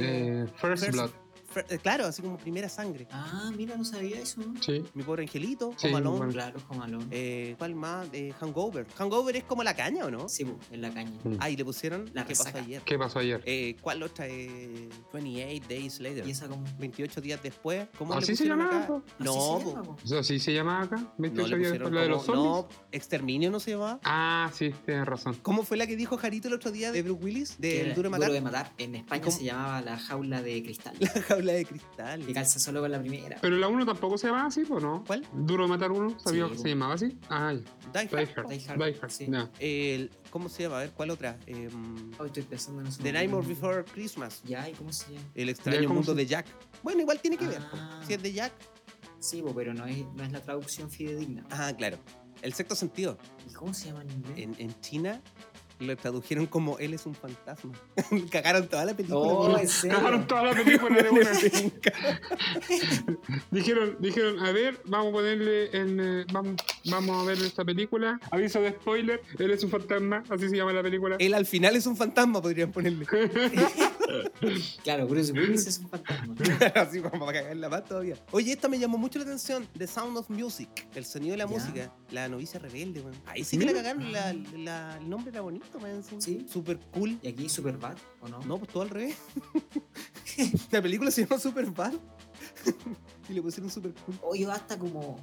Speaker 3: Eh, First
Speaker 1: First-
Speaker 3: Blood.
Speaker 1: Fer- eh, claro, así como Primera Sangre.
Speaker 2: Ah, mira, no sabía eso. ¿no?
Speaker 3: Sí.
Speaker 1: Mi pobre angelito, Home
Speaker 3: Sí,
Speaker 1: Alone,
Speaker 3: bueno.
Speaker 2: Claro, como Alone.
Speaker 1: eh, ¿cuál más? Eh, Hangover. Hangover es como la caña, ¿o no?
Speaker 2: Sí, bu, en la caña.
Speaker 3: Mm.
Speaker 1: Ah, y le pusieron
Speaker 2: La
Speaker 1: ¿Qué pasó
Speaker 2: resaca.
Speaker 1: ayer?
Speaker 3: ¿Qué pasó ayer?
Speaker 1: Eh, ¿Cuál otra? Eh, 28 Days Later.
Speaker 2: Y esa como...
Speaker 1: 28 días después. ¿Cómo
Speaker 3: ¿Así
Speaker 1: le
Speaker 3: se
Speaker 1: pusieron
Speaker 3: llamaba?
Speaker 1: acá?
Speaker 3: po?
Speaker 2: ¿Así
Speaker 1: No, pues,
Speaker 2: se llama,
Speaker 1: po.
Speaker 2: po?
Speaker 3: O sea, ¿Así se llamaba acá?
Speaker 1: no
Speaker 3: 28
Speaker 1: le
Speaker 3: días
Speaker 1: pusieron
Speaker 3: después, la de los
Speaker 1: como-
Speaker 3: zombies.
Speaker 1: No, Exterminio no se llamaba.
Speaker 3: Ah, sí, tienes razón.
Speaker 1: ¿Cómo fue la que dijo Jarito el otro día de Bruce Willis? De
Speaker 2: Que
Speaker 1: El
Speaker 2: era
Speaker 1: Duro de Matar.
Speaker 2: Duro de matar. En España
Speaker 1: ¿Cómo?
Speaker 2: se llamaba la jaula de cristal.
Speaker 1: La jaula de cristal.
Speaker 2: Que calza solo con la primera.
Speaker 3: Pero la 1 tampoco se llamaba así, ¿o no?
Speaker 1: ¿Cuál?
Speaker 3: Duro de matar uno, ¿sabía
Speaker 2: Sí,
Speaker 3: que
Speaker 2: po.
Speaker 3: se llamaba así? Ah, ya.
Speaker 1: Die Hard.
Speaker 3: Die Hard.
Speaker 2: Die
Speaker 3: Die
Speaker 2: Hard,
Speaker 3: Hard.
Speaker 2: sí.
Speaker 3: ya.
Speaker 1: El- ¿Cómo se llama? A ver, ¿cuál otra? Em,
Speaker 2: Hoy estoy pensando en eso.
Speaker 1: The Nightmare Before Christmas.
Speaker 2: Ya, ¿y cómo se llama?
Speaker 1: El extraño
Speaker 3: ¿cómo
Speaker 1: mundo
Speaker 3: se-
Speaker 1: de Jack. Bueno, igual tiene que ver.
Speaker 2: Ah.
Speaker 1: Si es de Jack.
Speaker 2: Sí, po, pero no es, no es la traducción fidedigna.
Speaker 1: Ah, claro. El sexto sentido.
Speaker 2: ¿Y cómo se llama en inglés?
Speaker 1: En, en China lo tradujeron como Él es un fantasma. Cagaron toda la película.
Speaker 2: Oh,
Speaker 1: weón.
Speaker 2: en serio.
Speaker 3: Cagaron toda la película de una.
Speaker 1: Sí.
Speaker 3: Dijeron, dijeron, a ver, vamos a ponerle en, eh, vamos, vamos a ver esta película. Aviso de spoiler, él es un fantasma, así se llama la película.
Speaker 1: Él al final es un fantasma, podrían ponerle.
Speaker 2: Claro, Bruce Willis es un fantasma.
Speaker 1: Así como para cagarla más todavía. Oye, esta me llamó mucho la atención. The Sound of Music. El sonido de la
Speaker 2: Ya.
Speaker 1: música. La novicia rebelde, weón. Ahí sí que la
Speaker 3: Mira.
Speaker 1: cagaron. La, la- el nombre era bonito, man.
Speaker 2: Sí.
Speaker 1: Super cool.
Speaker 2: ¿Y aquí Superbad o no?
Speaker 1: No, pues todo al revés. la película se llama Superbad. y le pusieron super cool.
Speaker 2: O yo hasta como,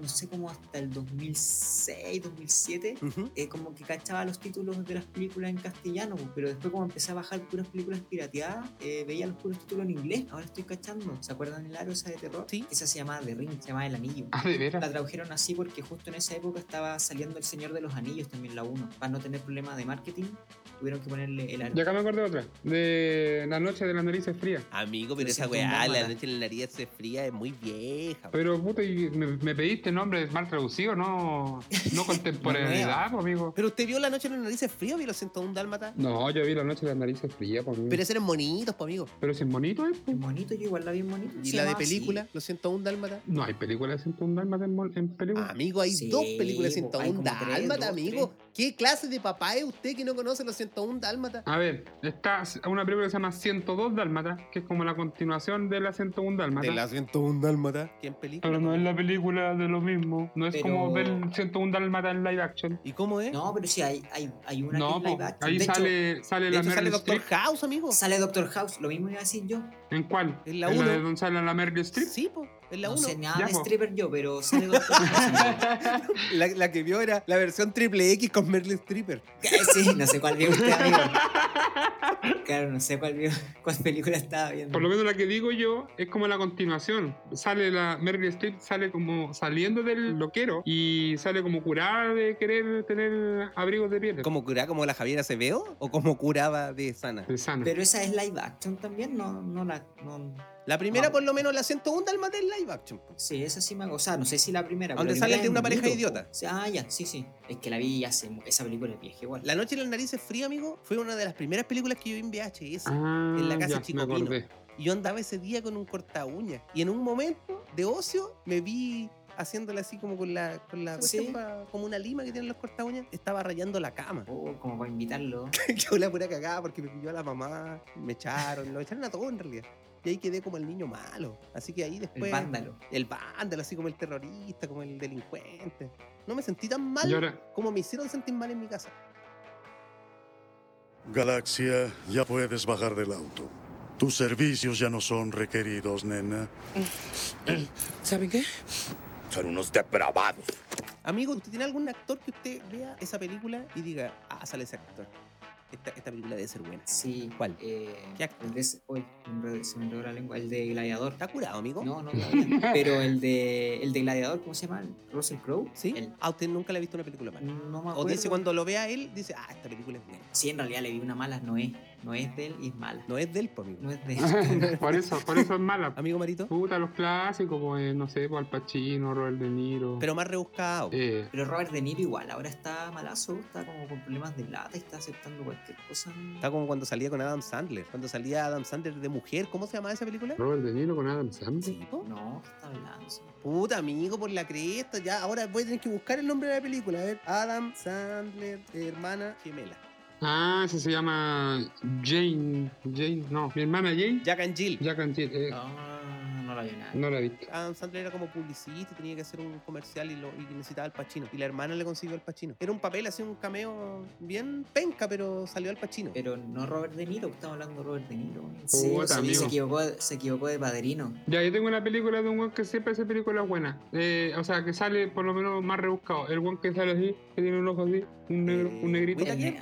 Speaker 2: no sé, como hasta el 2006, 2007,
Speaker 1: Ujú.
Speaker 2: eh, como que cachaba los títulos de las películas en castellano, pues, pero después como empecé a bajar puras películas pirateadas, eh, veía los puros títulos en inglés. Ahora estoy cachando. ¿Se acuerdan el aro esa de terror?
Speaker 1: Sí.
Speaker 2: Esa se llamaba The Ring, se llamaba El Anillo.
Speaker 3: Ah, de
Speaker 2: La
Speaker 3: veras.
Speaker 2: tradujeron así porque justo en esa época estaba saliendo El Señor de los Anillos también la 1. Para no tener problema de marketing, tuvieron que ponerle el aro.
Speaker 3: Y acá me acuerdo de otra, de La noche de las narices frías.
Speaker 1: Amigo, pero
Speaker 2: Lo
Speaker 1: esa
Speaker 2: siento,
Speaker 1: weá,
Speaker 2: un
Speaker 1: la
Speaker 2: dálmata.
Speaker 1: noche en la nariz se fría, es muy vieja. weón.
Speaker 3: Pero puta, y me, me pediste nombres mal traducidos, no, no contemporaneidad, po, amigo.
Speaker 1: Pero usted vio la noche en la nariz fría, vio los 101 dálmata.
Speaker 2: Mm.
Speaker 3: No, yo vi La noche de las narices frías, po, amigo.
Speaker 1: Pero esos eran bonitos, pues, amigo.
Speaker 3: Pero sin bonito, eh, po.
Speaker 2: Es bonito, yo igual la vi en bonito.
Speaker 1: Y
Speaker 2: Mm. se
Speaker 1: la de
Speaker 2: llamaba así.
Speaker 1: película, los 101 dálmata.
Speaker 3: No hay películas sin un dálmata en, mol- en película.
Speaker 1: Amigo, hay
Speaker 2: Sí,
Speaker 1: dos películas de
Speaker 2: po, hay
Speaker 1: 101
Speaker 2: como tres,
Speaker 1: Dálmata,
Speaker 2: dos,
Speaker 1: amigo. ¿Qué clase de papá es usted que no conoce los 101 Dálmata?
Speaker 3: A ver, está una película que se llama 102 Dálmatas, que es como la continuación de la 101 Dálmatas.
Speaker 1: 101 Dálmata. ¿Quién película?
Speaker 3: Pero no es la película de lo mismo. No es
Speaker 2: Pero-
Speaker 3: como ver 101 Dálmata en live action.
Speaker 1: ¿Y cómo es?
Speaker 2: No, pero sí, hay, hay, hay una
Speaker 3: No,
Speaker 2: que es live
Speaker 3: po,
Speaker 2: action.
Speaker 3: ahí
Speaker 2: De hecho,
Speaker 3: sale, sale
Speaker 1: De
Speaker 3: la
Speaker 1: hecho, sale
Speaker 3: Meryl
Speaker 1: Doctor
Speaker 3: Streep.
Speaker 1: House, amigo.
Speaker 2: Sale Doctor House, lo mismo iba a decir yo.
Speaker 3: ¿En cuál?
Speaker 1: En la
Speaker 3: ¿En
Speaker 1: uno.
Speaker 3: de donde sale la Meryl Streep?
Speaker 1: Sí, po, es la
Speaker 2: no
Speaker 1: 1.
Speaker 2: sé nada
Speaker 3: Ya,
Speaker 2: de
Speaker 3: po.
Speaker 2: stripper yo, pero sale Doctor House.
Speaker 1: La, la que vio era la versión triple X con Merle Stripper.
Speaker 2: sí, no sé cuál vio usted, amigo. Claro, no sé cuál vio, cuál película estaba viendo.
Speaker 3: Por lo menos la que digo yo es como la continuación. Sale la Meryl Streep, sale como saliendo del loquero y sale como curada de querer tener abrigos de piel.
Speaker 1: ¿Cómo curaba como la Javiera Acevedo o como curaba de sana?
Speaker 3: De sana.
Speaker 2: Pero esa es live action también, no, no la. No,
Speaker 1: La primera,
Speaker 2: Vamos.
Speaker 1: por lo menos, la 101 Dálmata en live action. po.
Speaker 2: sí, esa sí me. O sea, no sé si la primera.
Speaker 1: Donde
Speaker 2: pero la
Speaker 1: sale
Speaker 2: primera
Speaker 1: de
Speaker 2: es
Speaker 1: una pareja
Speaker 2: bonito,
Speaker 1: idiota.
Speaker 2: po. Sí, Ah, ya, sí, sí. Es que la vi hace. mu- Esa película es vieja igual.
Speaker 1: La noche en las narices fría, amigo, fue una de las primeras películas que yo vi en VHS.
Speaker 3: Ah,
Speaker 1: en la casa
Speaker 3: ya,
Speaker 1: de Chico
Speaker 3: me
Speaker 1: Pino.
Speaker 3: acordé.
Speaker 1: Y yo andaba ese día con un corta uña. Y en un momento de ocio me vi haciéndole así como con la, con la cuestión
Speaker 2: Sí.
Speaker 1: pa- como una lima que tienen los corta uñas. Estaba rayando la cama.
Speaker 2: Oh, como para invitarlo.
Speaker 1: Yo la pura cagada porque me pilló a la mamá, me echaron, lo echaron a todo en realidad. Y ahí quedé como el niño malo. Así que ahí después.
Speaker 2: El vándalo.
Speaker 1: el vándalo, así como el terrorista, como el delincuente. No me sentí tan
Speaker 3: Y
Speaker 1: mal
Speaker 3: ahora,
Speaker 1: como me hicieron sentir mal en mi casa.
Speaker 6: Galaxia, ya puedes bajar del auto. Tus servicios ya no son requeridos, nena.
Speaker 7: ¿Saben qué?
Speaker 5: Son unos depravados.
Speaker 1: Amigo, ¿usted tiene algún actor que usted vea esa película y diga, ah, sale ese actor? Esta, esta película debe ser buena.
Speaker 2: Sí.
Speaker 1: ¿Cuál?
Speaker 2: Eh,
Speaker 1: ¿Qué actor?
Speaker 2: el de ese- uy, hombre, se me enredó la lengua. El de Gladiador.
Speaker 1: ¿Está curado, amigo?
Speaker 2: No, no, todavía. Pero el de, el de Gladiador, ¿cómo se llama? ¿Russell Crowe?
Speaker 1: ¿Sí?
Speaker 2: El-
Speaker 1: Ah, usted nunca le ha visto una película mala.
Speaker 2: no me
Speaker 1: O
Speaker 2: acuerdo.
Speaker 1: dice, cuando lo vea él, dice, ah, esta película es buena.
Speaker 2: Sí, en realidad le vi una mala, no es. No es de él y es mala.
Speaker 1: No es del, po, amigo.
Speaker 2: No es Uh. de él.
Speaker 3: por eso, por eso es mala.
Speaker 1: Amigo Marito,
Speaker 3: Puta, los clásicos, pues, no sé, pues, Al Pacino, Robert De Niro.
Speaker 1: pero más rebuscado.
Speaker 3: Eh,
Speaker 2: Pero Robert De Niro igual, ahora está malazo, está como con problemas de plata y está aceptando cualquier cosa.
Speaker 1: Está como cuando salía con Adam Sandler. Cuando salía Adam Sandler de mujer, ¿cómo se llamaba esa película?
Speaker 3: Robert De Niro con Adam Sandler.
Speaker 1: Sí, po.
Speaker 2: No, ¿qué está hablando?
Speaker 1: Puta, amigo, por la cresta, ya. Ahora voy a tener que buscar el nombre de la película. A ver, Adam Sandler, hermana gemela.
Speaker 3: Ah, ese se llama Jane. Jane, no, mi hermana Jane.
Speaker 1: Jack and Jill.
Speaker 3: Jack and Jill, eh,
Speaker 1: Ah.
Speaker 2: Ah, No, no la vi nada.
Speaker 3: no la he visto.
Speaker 1: Adam Sandler era como publicista y tenía que hacer un comercial y, lo, y necesitaba al Pachino. Y la hermana le consiguió al Pachino. Era un papel, así un cameo bien penca, pero salió al Pachino.
Speaker 2: Pero no Robert De Niro, estamos hablando de Robert De Niro.
Speaker 3: Sí,
Speaker 2: Sí, se,
Speaker 3: amigo.
Speaker 2: se equivocó, se equivocó de padrino.
Speaker 3: Ya, yo tengo una película de un weón que siempre hace películas buenas. Eh, o sea, que sale por lo menos más rebuscado. El weón que sale así, que tiene un ojo así, un, negro,
Speaker 1: Eh,
Speaker 3: un negrito.
Speaker 1: Whittaker.
Speaker 2: El-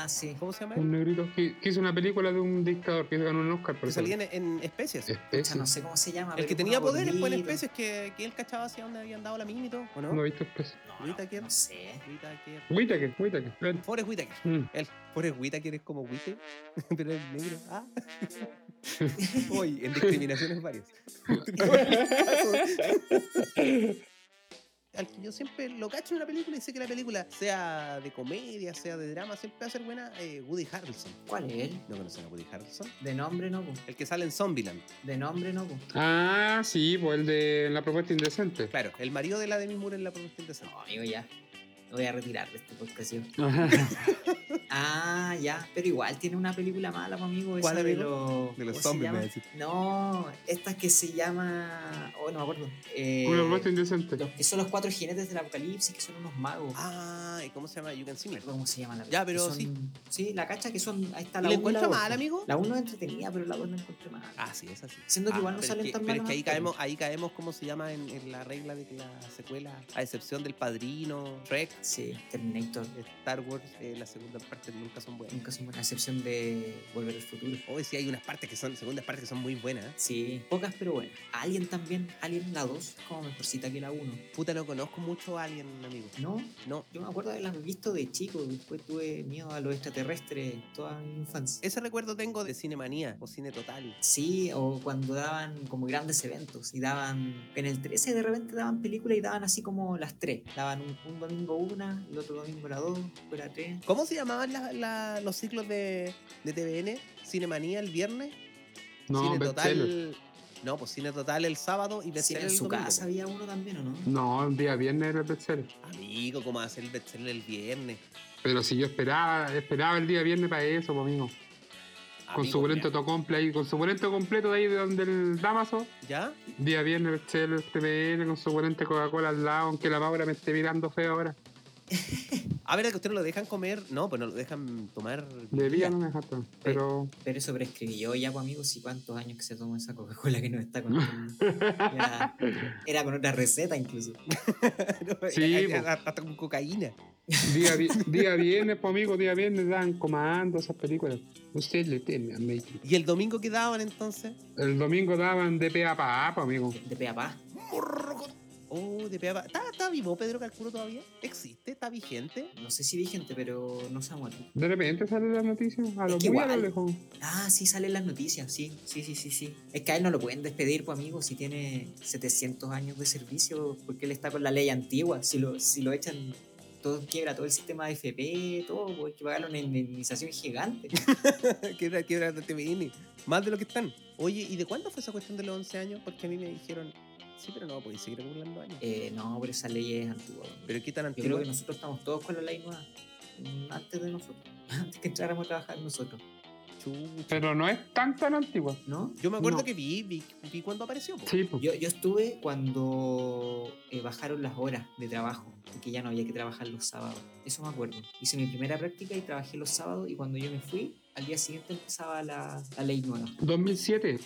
Speaker 2: Ah, sí.
Speaker 1: ¿Cómo se llama?
Speaker 3: Un
Speaker 1: él?
Speaker 3: negrito que, que hizo una película de un dictador que ganó un Oscar. Por
Speaker 1: Que
Speaker 3: eso. Eh,
Speaker 1: salía en, en especies.
Speaker 2: Pucha,
Speaker 3: Especie.
Speaker 2: no sé cómo se llama.
Speaker 1: El
Speaker 2: pero
Speaker 1: que
Speaker 2: es
Speaker 1: tenía
Speaker 2: una
Speaker 1: poderes pues, en
Speaker 2: bolita.
Speaker 1: especies que, que él cachaba hacia dónde habían dado la mina y todo, ¿o no?
Speaker 3: No he visto pues. especie.
Speaker 2: No,
Speaker 1: Whittaker.
Speaker 2: no, no sé.
Speaker 1: Whittaker.
Speaker 3: Whittaker, Whittaker. ven.
Speaker 1: Forrest Whitaker.
Speaker 3: Mm.
Speaker 1: Él. Forrest Whitaker es como Whitaker, pero es negro. Ah. Uy, en discriminaciones varias. Al que yo siempre lo cacho en una película y sé que la película, sea de comedia, sea de drama, siempre va a ser buena, eh, Woody Harrelson.
Speaker 2: ¿Cuál es él?
Speaker 1: ¿No conocen a Woody Harrelson?
Speaker 2: De nombre no, po.
Speaker 1: El que sale en Zombieland.
Speaker 2: De nombre no, pues. po.
Speaker 3: Ah, sí, pues el de la propuesta indecente.
Speaker 1: Claro, el marido de la Demi Moore en la propuesta indecente.
Speaker 2: No, amigo, ya. Me voy a retirar de este podcast. yo. Ah, ya. Pero igual tiene una película mala, po, amigo. esa
Speaker 1: ¿Cuál,
Speaker 2: de
Speaker 1: amigo?
Speaker 2: los,
Speaker 1: De los
Speaker 2: ¿cómo se
Speaker 1: zombies,
Speaker 2: llama?
Speaker 1: me decís.
Speaker 2: No, esta que se llama. Oh, no me acuerdo. Eh,
Speaker 3: Una propuesta indecente.
Speaker 2: los que son los cuatro jinetes del apocalipsis, que son unos magos.
Speaker 1: Ah, ¿y cómo se llama? You Can See Me.
Speaker 2: ¿Cómo se llama la
Speaker 1: Ya,
Speaker 2: que
Speaker 1: pero
Speaker 2: son-
Speaker 1: sí.
Speaker 2: Sí, la cacha que son. Ahí está la
Speaker 1: ¿Le
Speaker 2: uno y la
Speaker 1: encuentra
Speaker 2: dos,
Speaker 1: mal,
Speaker 2: po.
Speaker 1: amigo?
Speaker 2: La 1 es entretenida, pero la 2 no encontré mal.
Speaker 1: Ah, sí, es así.
Speaker 2: Siendo que
Speaker 1: Ah,
Speaker 2: igual no
Speaker 1: pero es
Speaker 2: salen
Speaker 1: que-
Speaker 2: tan
Speaker 1: Pero es
Speaker 2: malas
Speaker 1: que ahí
Speaker 2: las
Speaker 1: caemos, ahí caemos, ¿cómo se llama en, en la regla de que la secuela, a excepción del Padrino, Trek,
Speaker 2: Sí, Terminator.
Speaker 1: Star Wars, eh, las segundas partes nunca son buenas.
Speaker 2: Nunca son buenas, a excepción de Volver al Futuro.
Speaker 1: Hoy sí hay unas partes que son, segundas partes que son muy buenas. ¿eh?
Speaker 2: Sí, pocas pero buenas. Alien también, Alien la 2 es como mejorcita que la 1.
Speaker 1: Puta, no conozco mucho a alguien, amigo.
Speaker 2: No,
Speaker 1: No.
Speaker 2: yo me acuerdo de las visto de chico, después tuve miedo a los extraterrestres toda mi infancia.
Speaker 1: Ese recuerdo tengo de Cinemanía o Cine Total.
Speaker 2: Sí, o cuando daban como grandes eventos y daban, en el 13 de repente daban películas y daban así como las tres. Daban un, un domingo una, el otro domingo la 2, después la 3.
Speaker 1: ¿Cómo se llamaban la- la- los ciclos de, de TVN? Cinemanía el viernes,
Speaker 3: No,
Speaker 1: Cine
Speaker 3: bestseller.
Speaker 1: Total. No, pues Cine Total el sábado y
Speaker 2: Sí,
Speaker 1: Bestseller
Speaker 2: en
Speaker 1: el
Speaker 2: su
Speaker 1: domingo.
Speaker 2: casa había uno también, ¿o no?
Speaker 3: No, el día viernes era el bestseller.
Speaker 1: Amigo, ¿cómo va a ser el bestseller el viernes?
Speaker 3: Pero si yo esperaba, esperaba el día viernes para eso, pues, amigo. Con
Speaker 1: Amigo,
Speaker 3: su bolento tocomple ahí, con su bolento completo de ahí de donde el Damaso.
Speaker 1: ¿Ya?
Speaker 3: Día viernes bestseller, TPN, con su bolento Coca-Cola al lado, aunque la Maura me esté mirando feo ahora.
Speaker 1: A ver, que ustedes lo dejan comer. No, pues no lo dejan tomar.
Speaker 3: De día
Speaker 1: bebida.
Speaker 3: no me dejaste. Pero.
Speaker 2: Pero eso prescribí yo ya, pues amigos, y cuántos años que se tomó esa Coca-Cola que nos está contando. Ya, era con otra receta incluso.
Speaker 1: No,
Speaker 3: Sí, pues.
Speaker 1: eh, eh,
Speaker 3: po.
Speaker 1: hasta con cocaína.
Speaker 3: Día, vi- día viernes, pues amigo, día viernes dan comando esas películas. Usted le teme a Matrix.
Speaker 1: ¿Y el domingo qué daban entonces?
Speaker 3: El domingo daban de pe a pa, pues, amigo.
Speaker 2: De pe a pa.
Speaker 1: Oh, de peapa. ¿Está, está vivo Pedro Calculo todavía? ¿Existe? ¿Está vigente?
Speaker 2: No sé si vigente, pero no se ha muerto.
Speaker 3: De repente sale la noticia, a lo
Speaker 2: Es que
Speaker 3: muy a lo
Speaker 2: igual.
Speaker 3: lejos.
Speaker 2: Ah, sí, salen las noticias, sí, sí, sí, sí, sí. Es que a él no lo pueden despedir, pues amigos, si tiene 700 años de servicio, porque él está con la ley antigua. Si lo, si lo echan, todo quiebra, todo el sistema de FP, todo, pues hay que pagarle una indemnización gigante.
Speaker 1: Quiebra, quiebra de TVN. Más de lo que están. Oye, ¿y de cuándo fue esa cuestión de los 11 años? Porque a mí me dijeron, sí, pero no, podéis seguir acumulando años.
Speaker 2: Eh, no, pero esa ley es antigua. pues,
Speaker 1: Pero qué tan
Speaker 2: Yo creo
Speaker 1: antiguo.
Speaker 2: que nosotros estamos todos con la ley nueva. mm, Antes de nosotros. Antes que entráramos a trabajar nosotros.
Speaker 1: Chucha.
Speaker 3: Pero no es tan tan antigua.
Speaker 2: ¿No?
Speaker 1: Yo me acuerdo
Speaker 2: No.
Speaker 1: que vi, vi, vi cuando apareció. po.
Speaker 3: Sí, pues.
Speaker 2: Yo, yo estuve cuando eh, bajaron las horas de trabajo, porque ya no había que trabajar los sábados. Eso me acuerdo. Hice mi primera práctica y trabajé los sábados y cuando yo me fui, al día siguiente empezaba la, la ley nueva.
Speaker 3: 2007.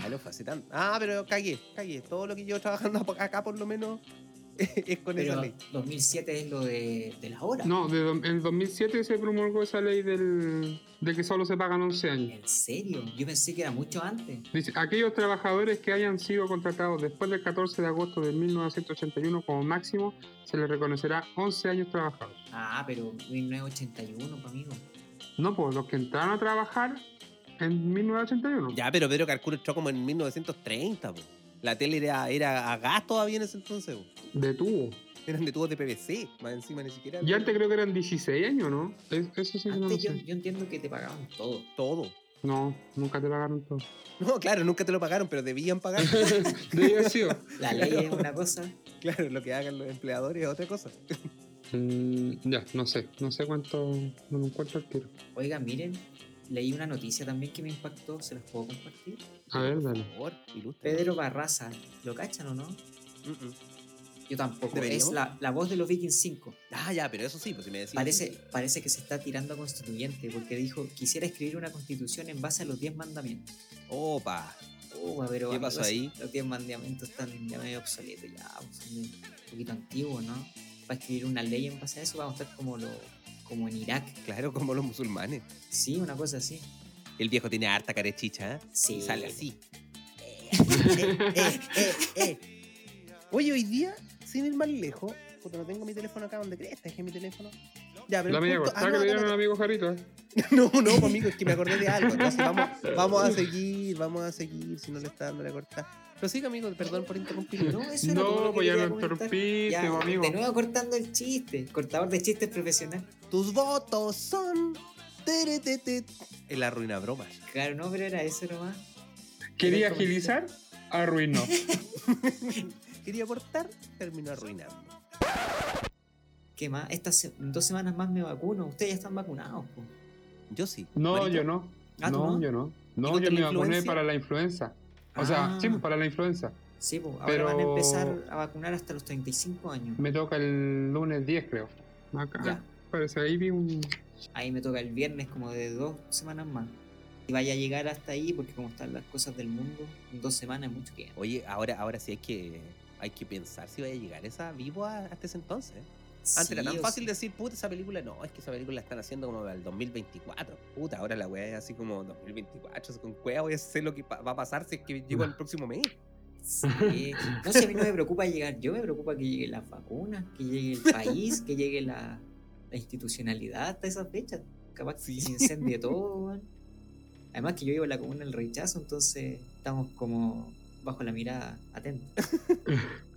Speaker 1: Ah, no fue hace tanto. Ah, pero cagué, cagué. Todo lo que yo trabajando ap- acá, por lo menos, es con esa
Speaker 2: Pero
Speaker 1: ley.
Speaker 2: 2007 es lo de, de las horas.
Speaker 3: No, de, do- en 2007 se promulgó esa ley del, de que solo se pagan 11 años.
Speaker 2: ¿En serio? Yo pensé que era mucho antes.
Speaker 3: Dice, aquellos trabajadores que hayan sido contratados después del 14 de agosto de 1981 como máximo, se les reconocerá 11 años trabajados.
Speaker 2: Ah, pero 1981, pa' amigo.
Speaker 3: No, pues los que entraron a trabajar en 1981.
Speaker 1: Ya, pero Pedro Carcuro entró como en 1930, po. La tele era, era a gas todavía en ese entonces, po.
Speaker 3: De tubo.
Speaker 1: Eran de tubos de PVC, más encima ni siquiera.
Speaker 3: Y antes creo que eran 16 años, ¿no? Es- Eso sí que no lo
Speaker 2: Antes yo,
Speaker 3: sé.
Speaker 2: yo entiendo que te pagaban todo.
Speaker 1: Todo.
Speaker 3: No, nunca te pagaron todo.
Speaker 1: No, claro, nunca te lo pagaron, pero debían pagar.
Speaker 3: Debe haber sido.
Speaker 2: La ley es una cosa.
Speaker 1: claro, lo que hagan los empleadores es otra cosa.
Speaker 3: Mm, ya, no sé. No sé cuánto. No lo encuentro al tiro.
Speaker 2: Oiga, miren, leí una noticia también que me impactó, se las puedo compartir.
Speaker 3: A ver,
Speaker 1: Por
Speaker 3: dale.
Speaker 1: favor, ilustre.
Speaker 2: Pedro Barraza, ¿lo cachan o no? Yo tampoco.
Speaker 1: ¿Deberíamos?
Speaker 2: Es la, la voz de los Vikings 5.
Speaker 1: Ah, ya, pero eso sí, pues si me decís.
Speaker 2: Parece, parece que se está tirando a constituyente porque dijo, quisiera escribir una constitución en base a los 10 mandamientos.
Speaker 1: Opa.
Speaker 2: Oh, pero
Speaker 1: ¿Qué
Speaker 2: amigo,
Speaker 1: pasó
Speaker 2: es-
Speaker 1: ahí?
Speaker 2: Los 10 mandamientos están ya medio obsoletos, ya, pues, son de- un poquito antiguos, ¿no? Para escribir una ley en base a eso vamos a estar como, lo, como en Irak.
Speaker 1: Claro, como los musulmanes.
Speaker 2: Sí, una cosa así.
Speaker 1: El viejo tiene harta carechicha, ¿eh?
Speaker 2: Sí.
Speaker 1: Sale así. Eh, eh, eh. Oye, hoy día, sin ir más lejos, porque no tengo mi teléfono acá donde crees, dejé mi teléfono. Ya, pero.
Speaker 3: La
Speaker 1: el
Speaker 3: media
Speaker 1: punto-
Speaker 3: cortada
Speaker 1: ah,
Speaker 3: que
Speaker 1: no,
Speaker 3: le
Speaker 1: acá
Speaker 3: dieron
Speaker 1: no-
Speaker 3: al amigo Jarito. ¿eh?
Speaker 1: No, no, pues, amigo, es que me acordé de algo. Entonces vamos, vamos a seguir, vamos a seguir, si no le está dando la cortada. Pero sigue, amigo, perdón por interrumpir.
Speaker 2: No, eso era todo lo
Speaker 3: No,
Speaker 2: que
Speaker 3: pues ya
Speaker 2: quería
Speaker 3: lo
Speaker 2: comentar.
Speaker 3: entorpiste,
Speaker 2: Ya,
Speaker 3: pues, amigo.
Speaker 2: De nuevo cortando el chiste. Cortador de chistes profesional.
Speaker 1: Tus votos son. teretetet. En la ruina broma.
Speaker 2: Claro, no, pero era eso nomás. Quería
Speaker 3: Quería agilizar, Ah, arruinó.
Speaker 1: Quería aportar, terminó arruinando.
Speaker 2: ¿Qué más? Estas se- en dos semanas más me vacuno. Ustedes ya están vacunados, po.
Speaker 1: Yo sí.
Speaker 3: No,
Speaker 1: Marito.
Speaker 3: yo no.
Speaker 2: Ah, ¿tú
Speaker 3: No,
Speaker 2: no?
Speaker 3: yo no.
Speaker 1: ¿Y
Speaker 3: No,
Speaker 1: contra
Speaker 3: yo me
Speaker 1: la
Speaker 3: vacuné
Speaker 1: influencia?
Speaker 3: para la influenza. O
Speaker 2: Ah.
Speaker 3: sea, sí, pues, para la influenza.
Speaker 2: Sí, po. Ahora
Speaker 3: Pero-
Speaker 2: van a empezar a vacunar hasta los 35 años.
Speaker 3: Me toca el lunes 10, creo. Acá.
Speaker 2: Ya.
Speaker 3: Parece ahí vi un.
Speaker 2: Ahí me toca el viernes como de dos semanas más. Y vaya a llegar hasta ahí porque como están las cosas del mundo, en dos semanas es mucho tiempo.
Speaker 1: Oye, ahora, ahora sí hay que, hay que pensar si vaya a llegar esa vivo a- hasta ese entonces. ¿eh? Antes era
Speaker 2: Sí,
Speaker 1: tan
Speaker 2: o
Speaker 1: fácil
Speaker 2: sí.
Speaker 1: decir, puta, esa película no, es que esa película la están haciendo como al 2024. Puta, ahora la weá es así como 2024, con cueva voy a hacer lo que pa- va a pasar si es que llego el próximo mes.
Speaker 2: Sí. No sé, a mí no me preocupa llegar. Yo me preocupa que lleguen las vacunas, que llegue el país, que llegue la, la institucionalidad hasta esa fecha. Capaz que
Speaker 1: Sí.
Speaker 2: se incendie todo, weón. Además que yo vivo en la comuna del rechazo, entonces estamos como bajo la mirada atenta.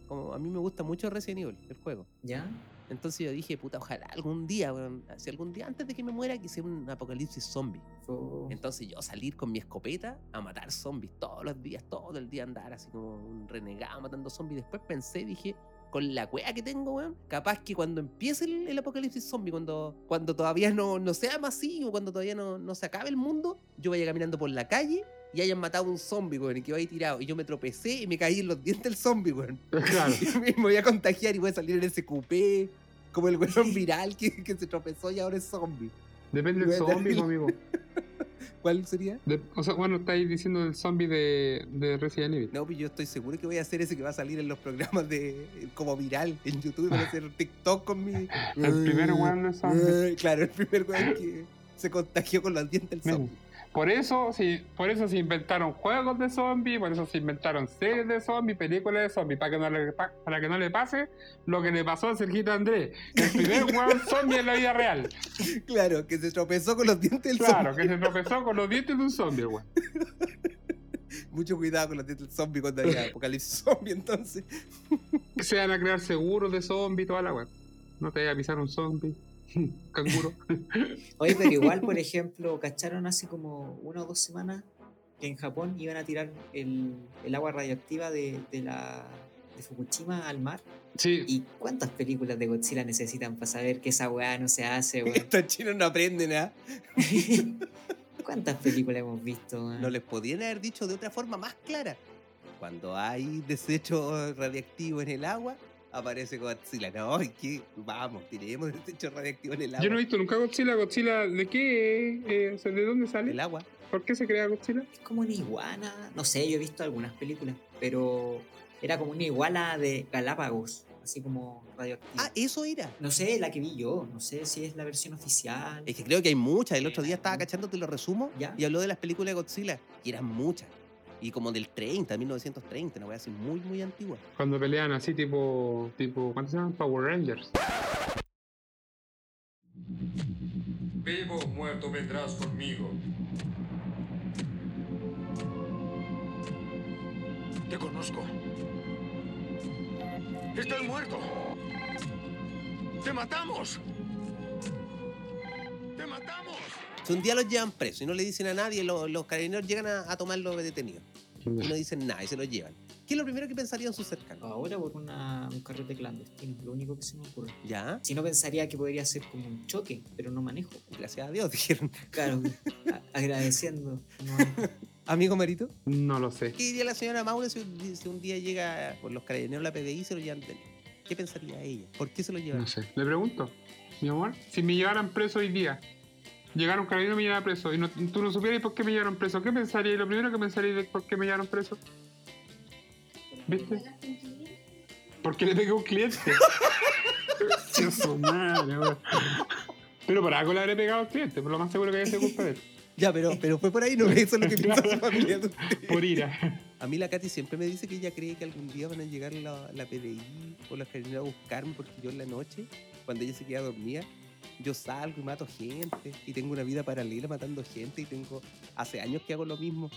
Speaker 1: Como a mí me gusta mucho Resident Evil, el juego.
Speaker 2: ¿Ya?
Speaker 1: Entonces yo dije, puta, ojalá algún día, weón, si algún día antes de que me muera, que sea un apocalipsis zombie.
Speaker 2: Fue-
Speaker 1: Entonces yo salir con mi escopeta a matar zombies todos los días, todo el día andar así como un renegado matando zombies. Después pensé, dije, con la cueva que tengo, weón, capaz que cuando empiece el, el apocalipsis zombie, cuando, cuando todavía no, no sea masivo, cuando todavía no, no se acabe el mundo, yo vaya caminando por la calle y hayan matado a un zombie, weón, y que vaya tirado. Y yo me tropecé y me caí en los dientes del zombie, weón.
Speaker 3: Claro.
Speaker 1: Y me voy a contagiar y voy a salir en ese cupé, como el weón viral que, que se tropezó y ahora es zombie.
Speaker 3: Depende del zombie, pues, amigo.
Speaker 1: ¿Cuál sería?
Speaker 3: De- o sea, bueno, estáis diciendo el zombie de, de Resident Evil.
Speaker 1: No, pero yo estoy seguro que voy a hacer ese que va a salir en los programas de como viral en YouTube. Voy a hacer TikTok con mi. Eh,
Speaker 3: El primer weón de zombie.
Speaker 1: Claro, el primer weón que se contagió con los dientes del
Speaker 3: Mira,
Speaker 1: zombie.
Speaker 3: Por eso, sí, por eso se inventaron juegos de zombies, por eso se inventaron series de zombies, películas de zombies, para que no le, pa- para que no le pase lo que le pasó a Sergito Andrés, el primer weón zombie en la vida real.
Speaker 1: Claro, que se tropezó con los dientes del
Speaker 3: Claro, que se tropezó con los dientes de un zombie, weón.
Speaker 1: zombie. Mucho cuidado con los dientes del zombie cuando haya apocalipsis zombie, entonces.
Speaker 3: Se van a crear seguros de zombies, toda la weón. No te vaya a pisar un zombie, canguro.
Speaker 2: Oye, pero igual, por ejemplo, cacharon hace como una o dos semanas que en Japón iban a tirar el, el agua radioactiva de, de la, de Fukushima al mar.
Speaker 3: Sí,
Speaker 2: ¿Y cuántas películas de Godzilla necesitan para saber que esa weá no se hace, weón?
Speaker 1: Estos chinos no aprenden, ¿ah?
Speaker 2: ¿Cuántas películas hemos visto, weón?
Speaker 1: No les podrían haber dicho de otra forma más clara. Cuando hay desecho radiactivo en el agua, aparece Godzilla. No, es que vamos, tiremos desecho radiactivo en el agua.
Speaker 3: yo no he visto nunca Godzilla. Godzilla, ¿de qué? es? Eh, o sea, ¿De dónde
Speaker 1: El
Speaker 3: sale?
Speaker 1: agua.
Speaker 3: ¿Por qué se crea Godzilla?
Speaker 2: Es como una iguana. No sé, yo he visto algunas películas, pero era como una iguana de Galápagos, así como radioactiva.
Speaker 1: Ah, eso era.
Speaker 2: no sé, la que vi yo, no sé si es la versión oficial.
Speaker 1: Es que creo que hay muchas. El otro día estaba cachando, te lo resumo,
Speaker 2: Ya.
Speaker 1: y habló de las películas de Godzilla. Y eran muchas. Y como del 30, 1930, una voy así muy, muy antigua.
Speaker 3: Cuando pelean así tipo, tipo, ¿cuántos se llaman? Power Rangers.
Speaker 8: Vivo o muerto vendrás conmigo.
Speaker 5: Te conozco. Estás muerto. Te matamos. Te matamos.
Speaker 1: Si un día los llevan presos y no le dicen a nadie, lo- los carabineros llegan a, a tomarlo detenido. Y no dicen nada y se los llevan. ¿Qué es lo primero que pensarían sus cercanos?
Speaker 2: Ahora por una- un carrete clandestino, es lo único que se me ocurre.
Speaker 1: Ya,
Speaker 2: Si no pensaría que podría ser como un choque, pero no manejo.
Speaker 1: gracias a Dios, dijeron.
Speaker 2: Claro, a- agradeciendo. no manejo.
Speaker 1: Amigo Marito,
Speaker 3: No lo sé.
Speaker 1: ¿qué diría la señora Maura si, un- si un día llega por los carabineros la PDI y se lo llevan detenido? ¿Qué pensaría ella? ¿Por qué se lo llevan?
Speaker 3: No sé. Le pregunto, mi amor, si me llevaran preso hoy día, llegaron carabinero y me llevaran preso, y no- tú no supieras por qué me llevaron preso, ¿qué pensaría? Y lo primero que pensaría es por qué me llevaron preso. ¿Viste? Porque le pegué a un cliente. Dios, su madre, weón. Pero para algo le habré pegado al cliente, por lo más seguro que haya sido culpa de él.
Speaker 1: Ya, pero, pero fue por ahí, no eso es lo que piensa su familia.
Speaker 3: Por ira.
Speaker 1: A mí la Katy siempre me dice que ella cree que algún día van a llegar la, la PDI o los carabineros a buscarme porque yo en la noche, cuando ella se queda dormida, yo salgo y mato gente y tengo una vida paralela matando gente y tengo hace años que hago lo mismo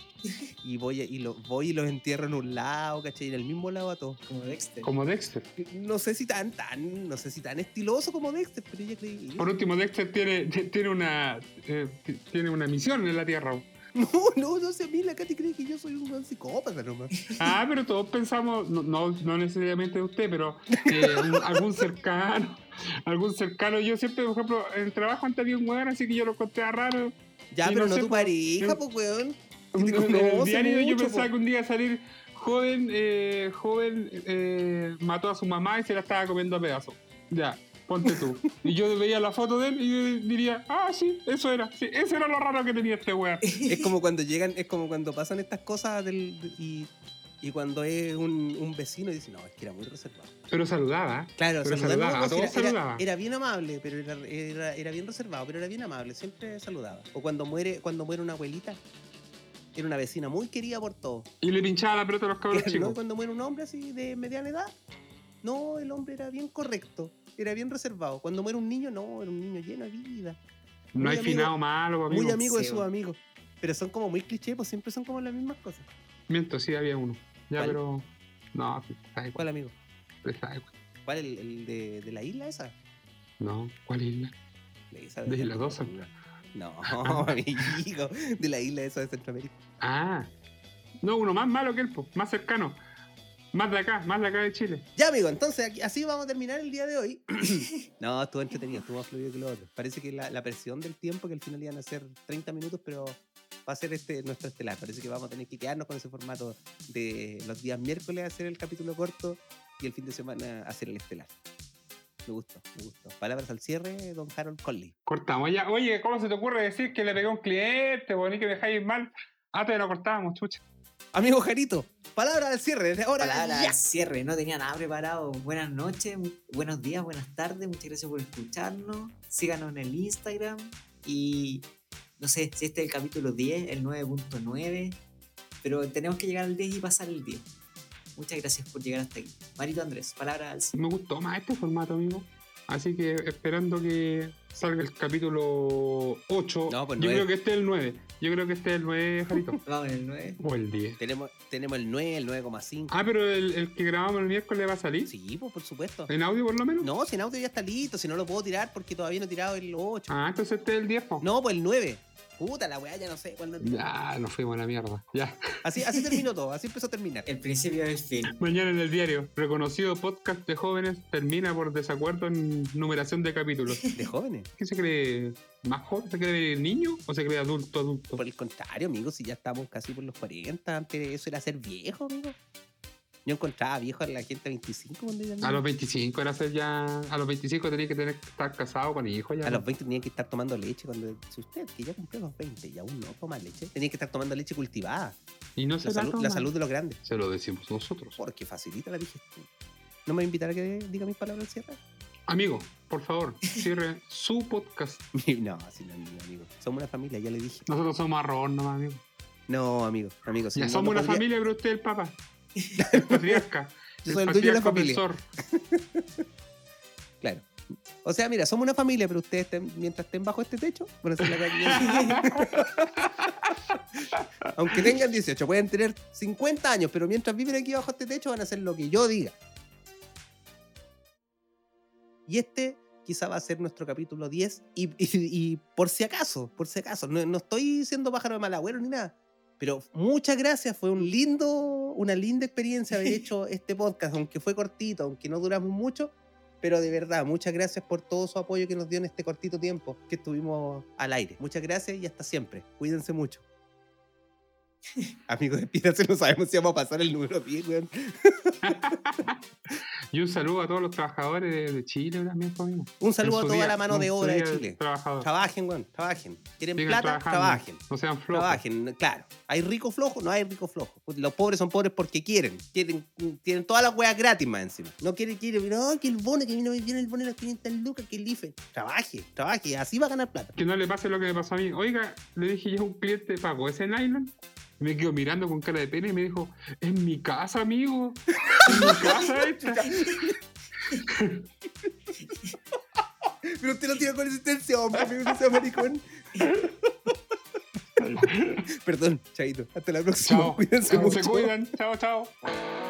Speaker 1: y voy a- y lo, voy y los entierro en un lado, ¿cachai? En el mismo lado a todos.
Speaker 2: Como Dexter.
Speaker 3: Como Dexter.
Speaker 1: No sé si tan tan, no sé si tan estiloso como Dexter, pero ella cree
Speaker 3: Por último, Dexter tiene, tiene, una, eh, tiene una misión en la Tierra.
Speaker 1: No, no, no sé, a mí la Katy cree que yo soy un buen psicópata nomás.
Speaker 3: Ah, pero todos pensamos, no, no, no necesariamente usted, pero eh, un- algún cercano, algún cercano. Yo siempre, por ejemplo, en el trabajo antes había un weón, así que yo lo encontraba raro.
Speaker 1: Ya,
Speaker 3: Sí,
Speaker 1: pero
Speaker 3: no
Speaker 1: no
Speaker 3: sé,
Speaker 1: tu
Speaker 3: pues,
Speaker 1: pareja,
Speaker 3: sí.
Speaker 1: pues weón.
Speaker 3: En
Speaker 1: te
Speaker 3: el
Speaker 1: conoce
Speaker 3: diario yo
Speaker 1: mucho,
Speaker 3: pensaba
Speaker 1: po.
Speaker 3: que un día salir joven, eh, joven eh, mató a su mamá y se la estaba comiendo a pedazos. Ya, ponte tú. Y yo veía la foto de él y yo diría, ah, sí, eso era, sí, eso era lo raro que tenía este weón.
Speaker 1: es como cuando llegan, es como cuando pasan estas cosas del, y, y cuando es un, un vecino y dice, no, es que era muy reservado.
Speaker 3: Pero saludaba.
Speaker 1: Claro,
Speaker 3: Pero
Speaker 1: saludaba,
Speaker 3: saludaba, a
Speaker 1: no,
Speaker 3: todos
Speaker 1: era, era-
Speaker 3: saludaba.
Speaker 1: era bien amable, pero era, era- era bien reservado, pero era bien amable, siempre saludaba. O cuando muere, cuando muere una abuelita, era una vecina muy querida por todos.
Speaker 3: Y le pinchaba la pelota a los cabros
Speaker 1: ¿No? pues,
Speaker 3: chicos.
Speaker 1: Cuando muere un hombre así de mediana edad, no, el hombre era bien correcto, era bien reservado. Cuando muere un niño, no, era un niño lleno de vida.
Speaker 3: No hay
Speaker 1: amigo-
Speaker 3: finado malo, amigo.
Speaker 1: Muy amigo de
Speaker 2: Sí,
Speaker 1: sus
Speaker 2: bueno.
Speaker 1: amigos. Pero son como muy clichés, pues siempre son como las mismas cosas.
Speaker 3: Miento, sí había uno. Ya,
Speaker 1: ¿Cuál?
Speaker 3: pero. No, sí, está igual, pues,
Speaker 1: ¿Cuál amigo?
Speaker 3: está igual.
Speaker 1: ¿Cuál? ¿El, el de, de la isla esa?
Speaker 3: No, ¿cuál isla?
Speaker 1: La isla
Speaker 3: De
Speaker 1: la
Speaker 3: Isla Dosa.
Speaker 1: No, amigo. De la isla esa de Centroamérica.
Speaker 3: Ah. No, uno más malo que él, po, más cercano. Más de acá, más de acá de Chile.
Speaker 1: Ya, amigo, entonces aquí- así vamos a terminar el día de hoy. no, estuvo entretenido, estuvo más fluido que lo otro. Parece que la, la presión del tiempo, que al final iban a ser 30 minutos, pero va a ser este, nuestro estelar. Parece que vamos a tener que quedarnos con ese formato de los días miércoles hacer el capítulo corto y el fin de semana hacer el estelar. Me gustó, me gustó. Palabras al cierre, don Harold Conley.
Speaker 3: Cortamos ya. Oye, ¿cómo se te ocurre decir que le pegué a un cliente, po, ni que me dejáis mal? Ah, te lo cortábamos, chucha.
Speaker 1: Amigo Jarito, palabra al cierre, desde ahora.
Speaker 2: Palabra
Speaker 1: ya.
Speaker 2: al cierre, no tenía nada preparado. Buenas noches, mu- buenos días, buenas tardes, muchas gracias por escucharnos. Síganos en el Instagram y no sé si este es el capítulo 10, el 9.9, pero tenemos que llegar al 10 y pasar el 10. Muchas gracias por llegar hasta aquí. Marito Andrés, palabra al cierre.
Speaker 3: Me gustó más este formato, amigo. Así que esperando que salga el capítulo 8.
Speaker 1: No, pues,
Speaker 3: Yo
Speaker 1: nueve.
Speaker 3: creo que este es el 9. Yo creo que este es el 9, Jarito.
Speaker 2: Vamos en el 9.
Speaker 3: o el 10.
Speaker 1: Tenemos, tenemos el 9, el 9,5.
Speaker 3: Ah, pero el, el que grabamos el miércoles va a salir.
Speaker 1: Sí, pues, por supuesto.
Speaker 3: ¿En audio por lo menos?
Speaker 1: No, si en audio ya está listo, si no lo puedo tirar porque todavía no he tirado el 8.
Speaker 3: Ah, entonces este es el 10, po.
Speaker 1: No, pues el 9. Puta la weá, ya no sé cuándo.
Speaker 3: Ya, nos fuimos a la mierda. Ya.
Speaker 1: Así, así terminó todo, así empezó a terminar.
Speaker 2: El principio del fin.
Speaker 3: Mañana en el diario, reconocido podcast de jóvenes termina por desacuerdo en numeración de capítulos.
Speaker 1: De jóvenes.
Speaker 3: ¿Qué se cree? ¿Más joven? ¿Se cree niño o se cree adulto, adulto?
Speaker 1: Por el contrario, amigo, si ya estamos casi por los 40, antes de eso era ser viejo, amigo. Yo encontraba viejo a la gente de 25 cuando era
Speaker 3: A los
Speaker 1: niño.
Speaker 3: 25 era ser ya. A los 25 tenía que tener que estar casado con hijos ya.
Speaker 1: A los 20 tenía que estar tomando leche cuando. Si usted, que ya cumplió los 20 y aún no toma leche, tenía que estar tomando leche cultivada.
Speaker 3: Y no se
Speaker 1: La
Speaker 3: la
Speaker 1: salud, la
Speaker 3: toman.
Speaker 1: salud de los grandes.
Speaker 3: Se lo decimos nosotros.
Speaker 1: Porque facilita la digestión. ¿No me va a invitar a que diga mis palabras al cierre?
Speaker 3: Amigo, por favor, cierre su podcast.
Speaker 1: no, así no, amigo, amigo. Somos una familia, ya le dije.
Speaker 3: Nosotros somos arroz nomás, amigo.
Speaker 1: No, amigo, amigo. si
Speaker 3: ya
Speaker 1: no,
Speaker 3: somos
Speaker 1: no
Speaker 3: una
Speaker 1: podría-
Speaker 3: familia, pero usted es el papá. El patriarca.
Speaker 1: Yo soy el dueño de la
Speaker 3: patriarca
Speaker 1: familia.
Speaker 3: opresor.
Speaker 1: Claro. O sea, mira, somos una familia, pero ustedes estén- mientras estén bajo este techo, van a hacer la calle. Aunque tengan 18, pueden tener 50 años, pero mientras viven aquí bajo este techo van a hacer lo que yo diga. Y este quizá va a ser nuestro capítulo 10. Y, y- y por si acaso, por si acaso, no, no estoy siendo pájaro de mal agüero ni nada. Pero muchas gracias, fue un lindo, una linda experiencia haber hecho este podcast, aunque fue cortito, aunque no duramos mucho, pero de verdad, muchas gracias por todo su apoyo que nos dio en este cortito tiempo que estuvimos al aire. Muchas gracias y hasta siempre. Cuídense mucho. Amigos, despídanse, no sabemos si vamos a pasar el número 10, weón.
Speaker 3: Y un saludo a todos los trabajadores de, de Chile también, pues, amigo.
Speaker 1: Un
Speaker 3: En
Speaker 1: saludo a
Speaker 3: su
Speaker 1: toda
Speaker 3: día,
Speaker 1: la mano
Speaker 3: en
Speaker 1: de
Speaker 3: su
Speaker 1: obra de
Speaker 3: día
Speaker 1: Chile.
Speaker 3: Trabajador.
Speaker 1: Trabajen, weón, trabajen. ¿Quieren
Speaker 3: Sigan
Speaker 1: plata?
Speaker 3: trabajando.
Speaker 1: Trabajen.
Speaker 3: No sean flojos.
Speaker 1: Trabajen, claro. ¿Hay rico flojo? No hay rico flojo. Los pobres son pobres porque quieren. Quieren- tienen todas las weas gratis más encima. No quieren, quieren, no, que el bono, que vino viene el bono de las 500 lucas, que el IFE. Trabaje, trabaje, así va a ganar plata.
Speaker 3: Que no le pase lo que me pasó a mí. Oiga, le dije yo a un cliente, pago ese nylon. Y Me quedó mirando con cara de pena y me dijo, es mi casa, amigo. Es mi casa esta.
Speaker 1: Pero usted no tiene consistencia, hombre, amigo, no sea maricón. Perdón, chaito. Hasta la próxima.
Speaker 3: Chao.
Speaker 1: Cuídense
Speaker 3: Se
Speaker 1: mucho.
Speaker 3: cuidan. Chao, chao.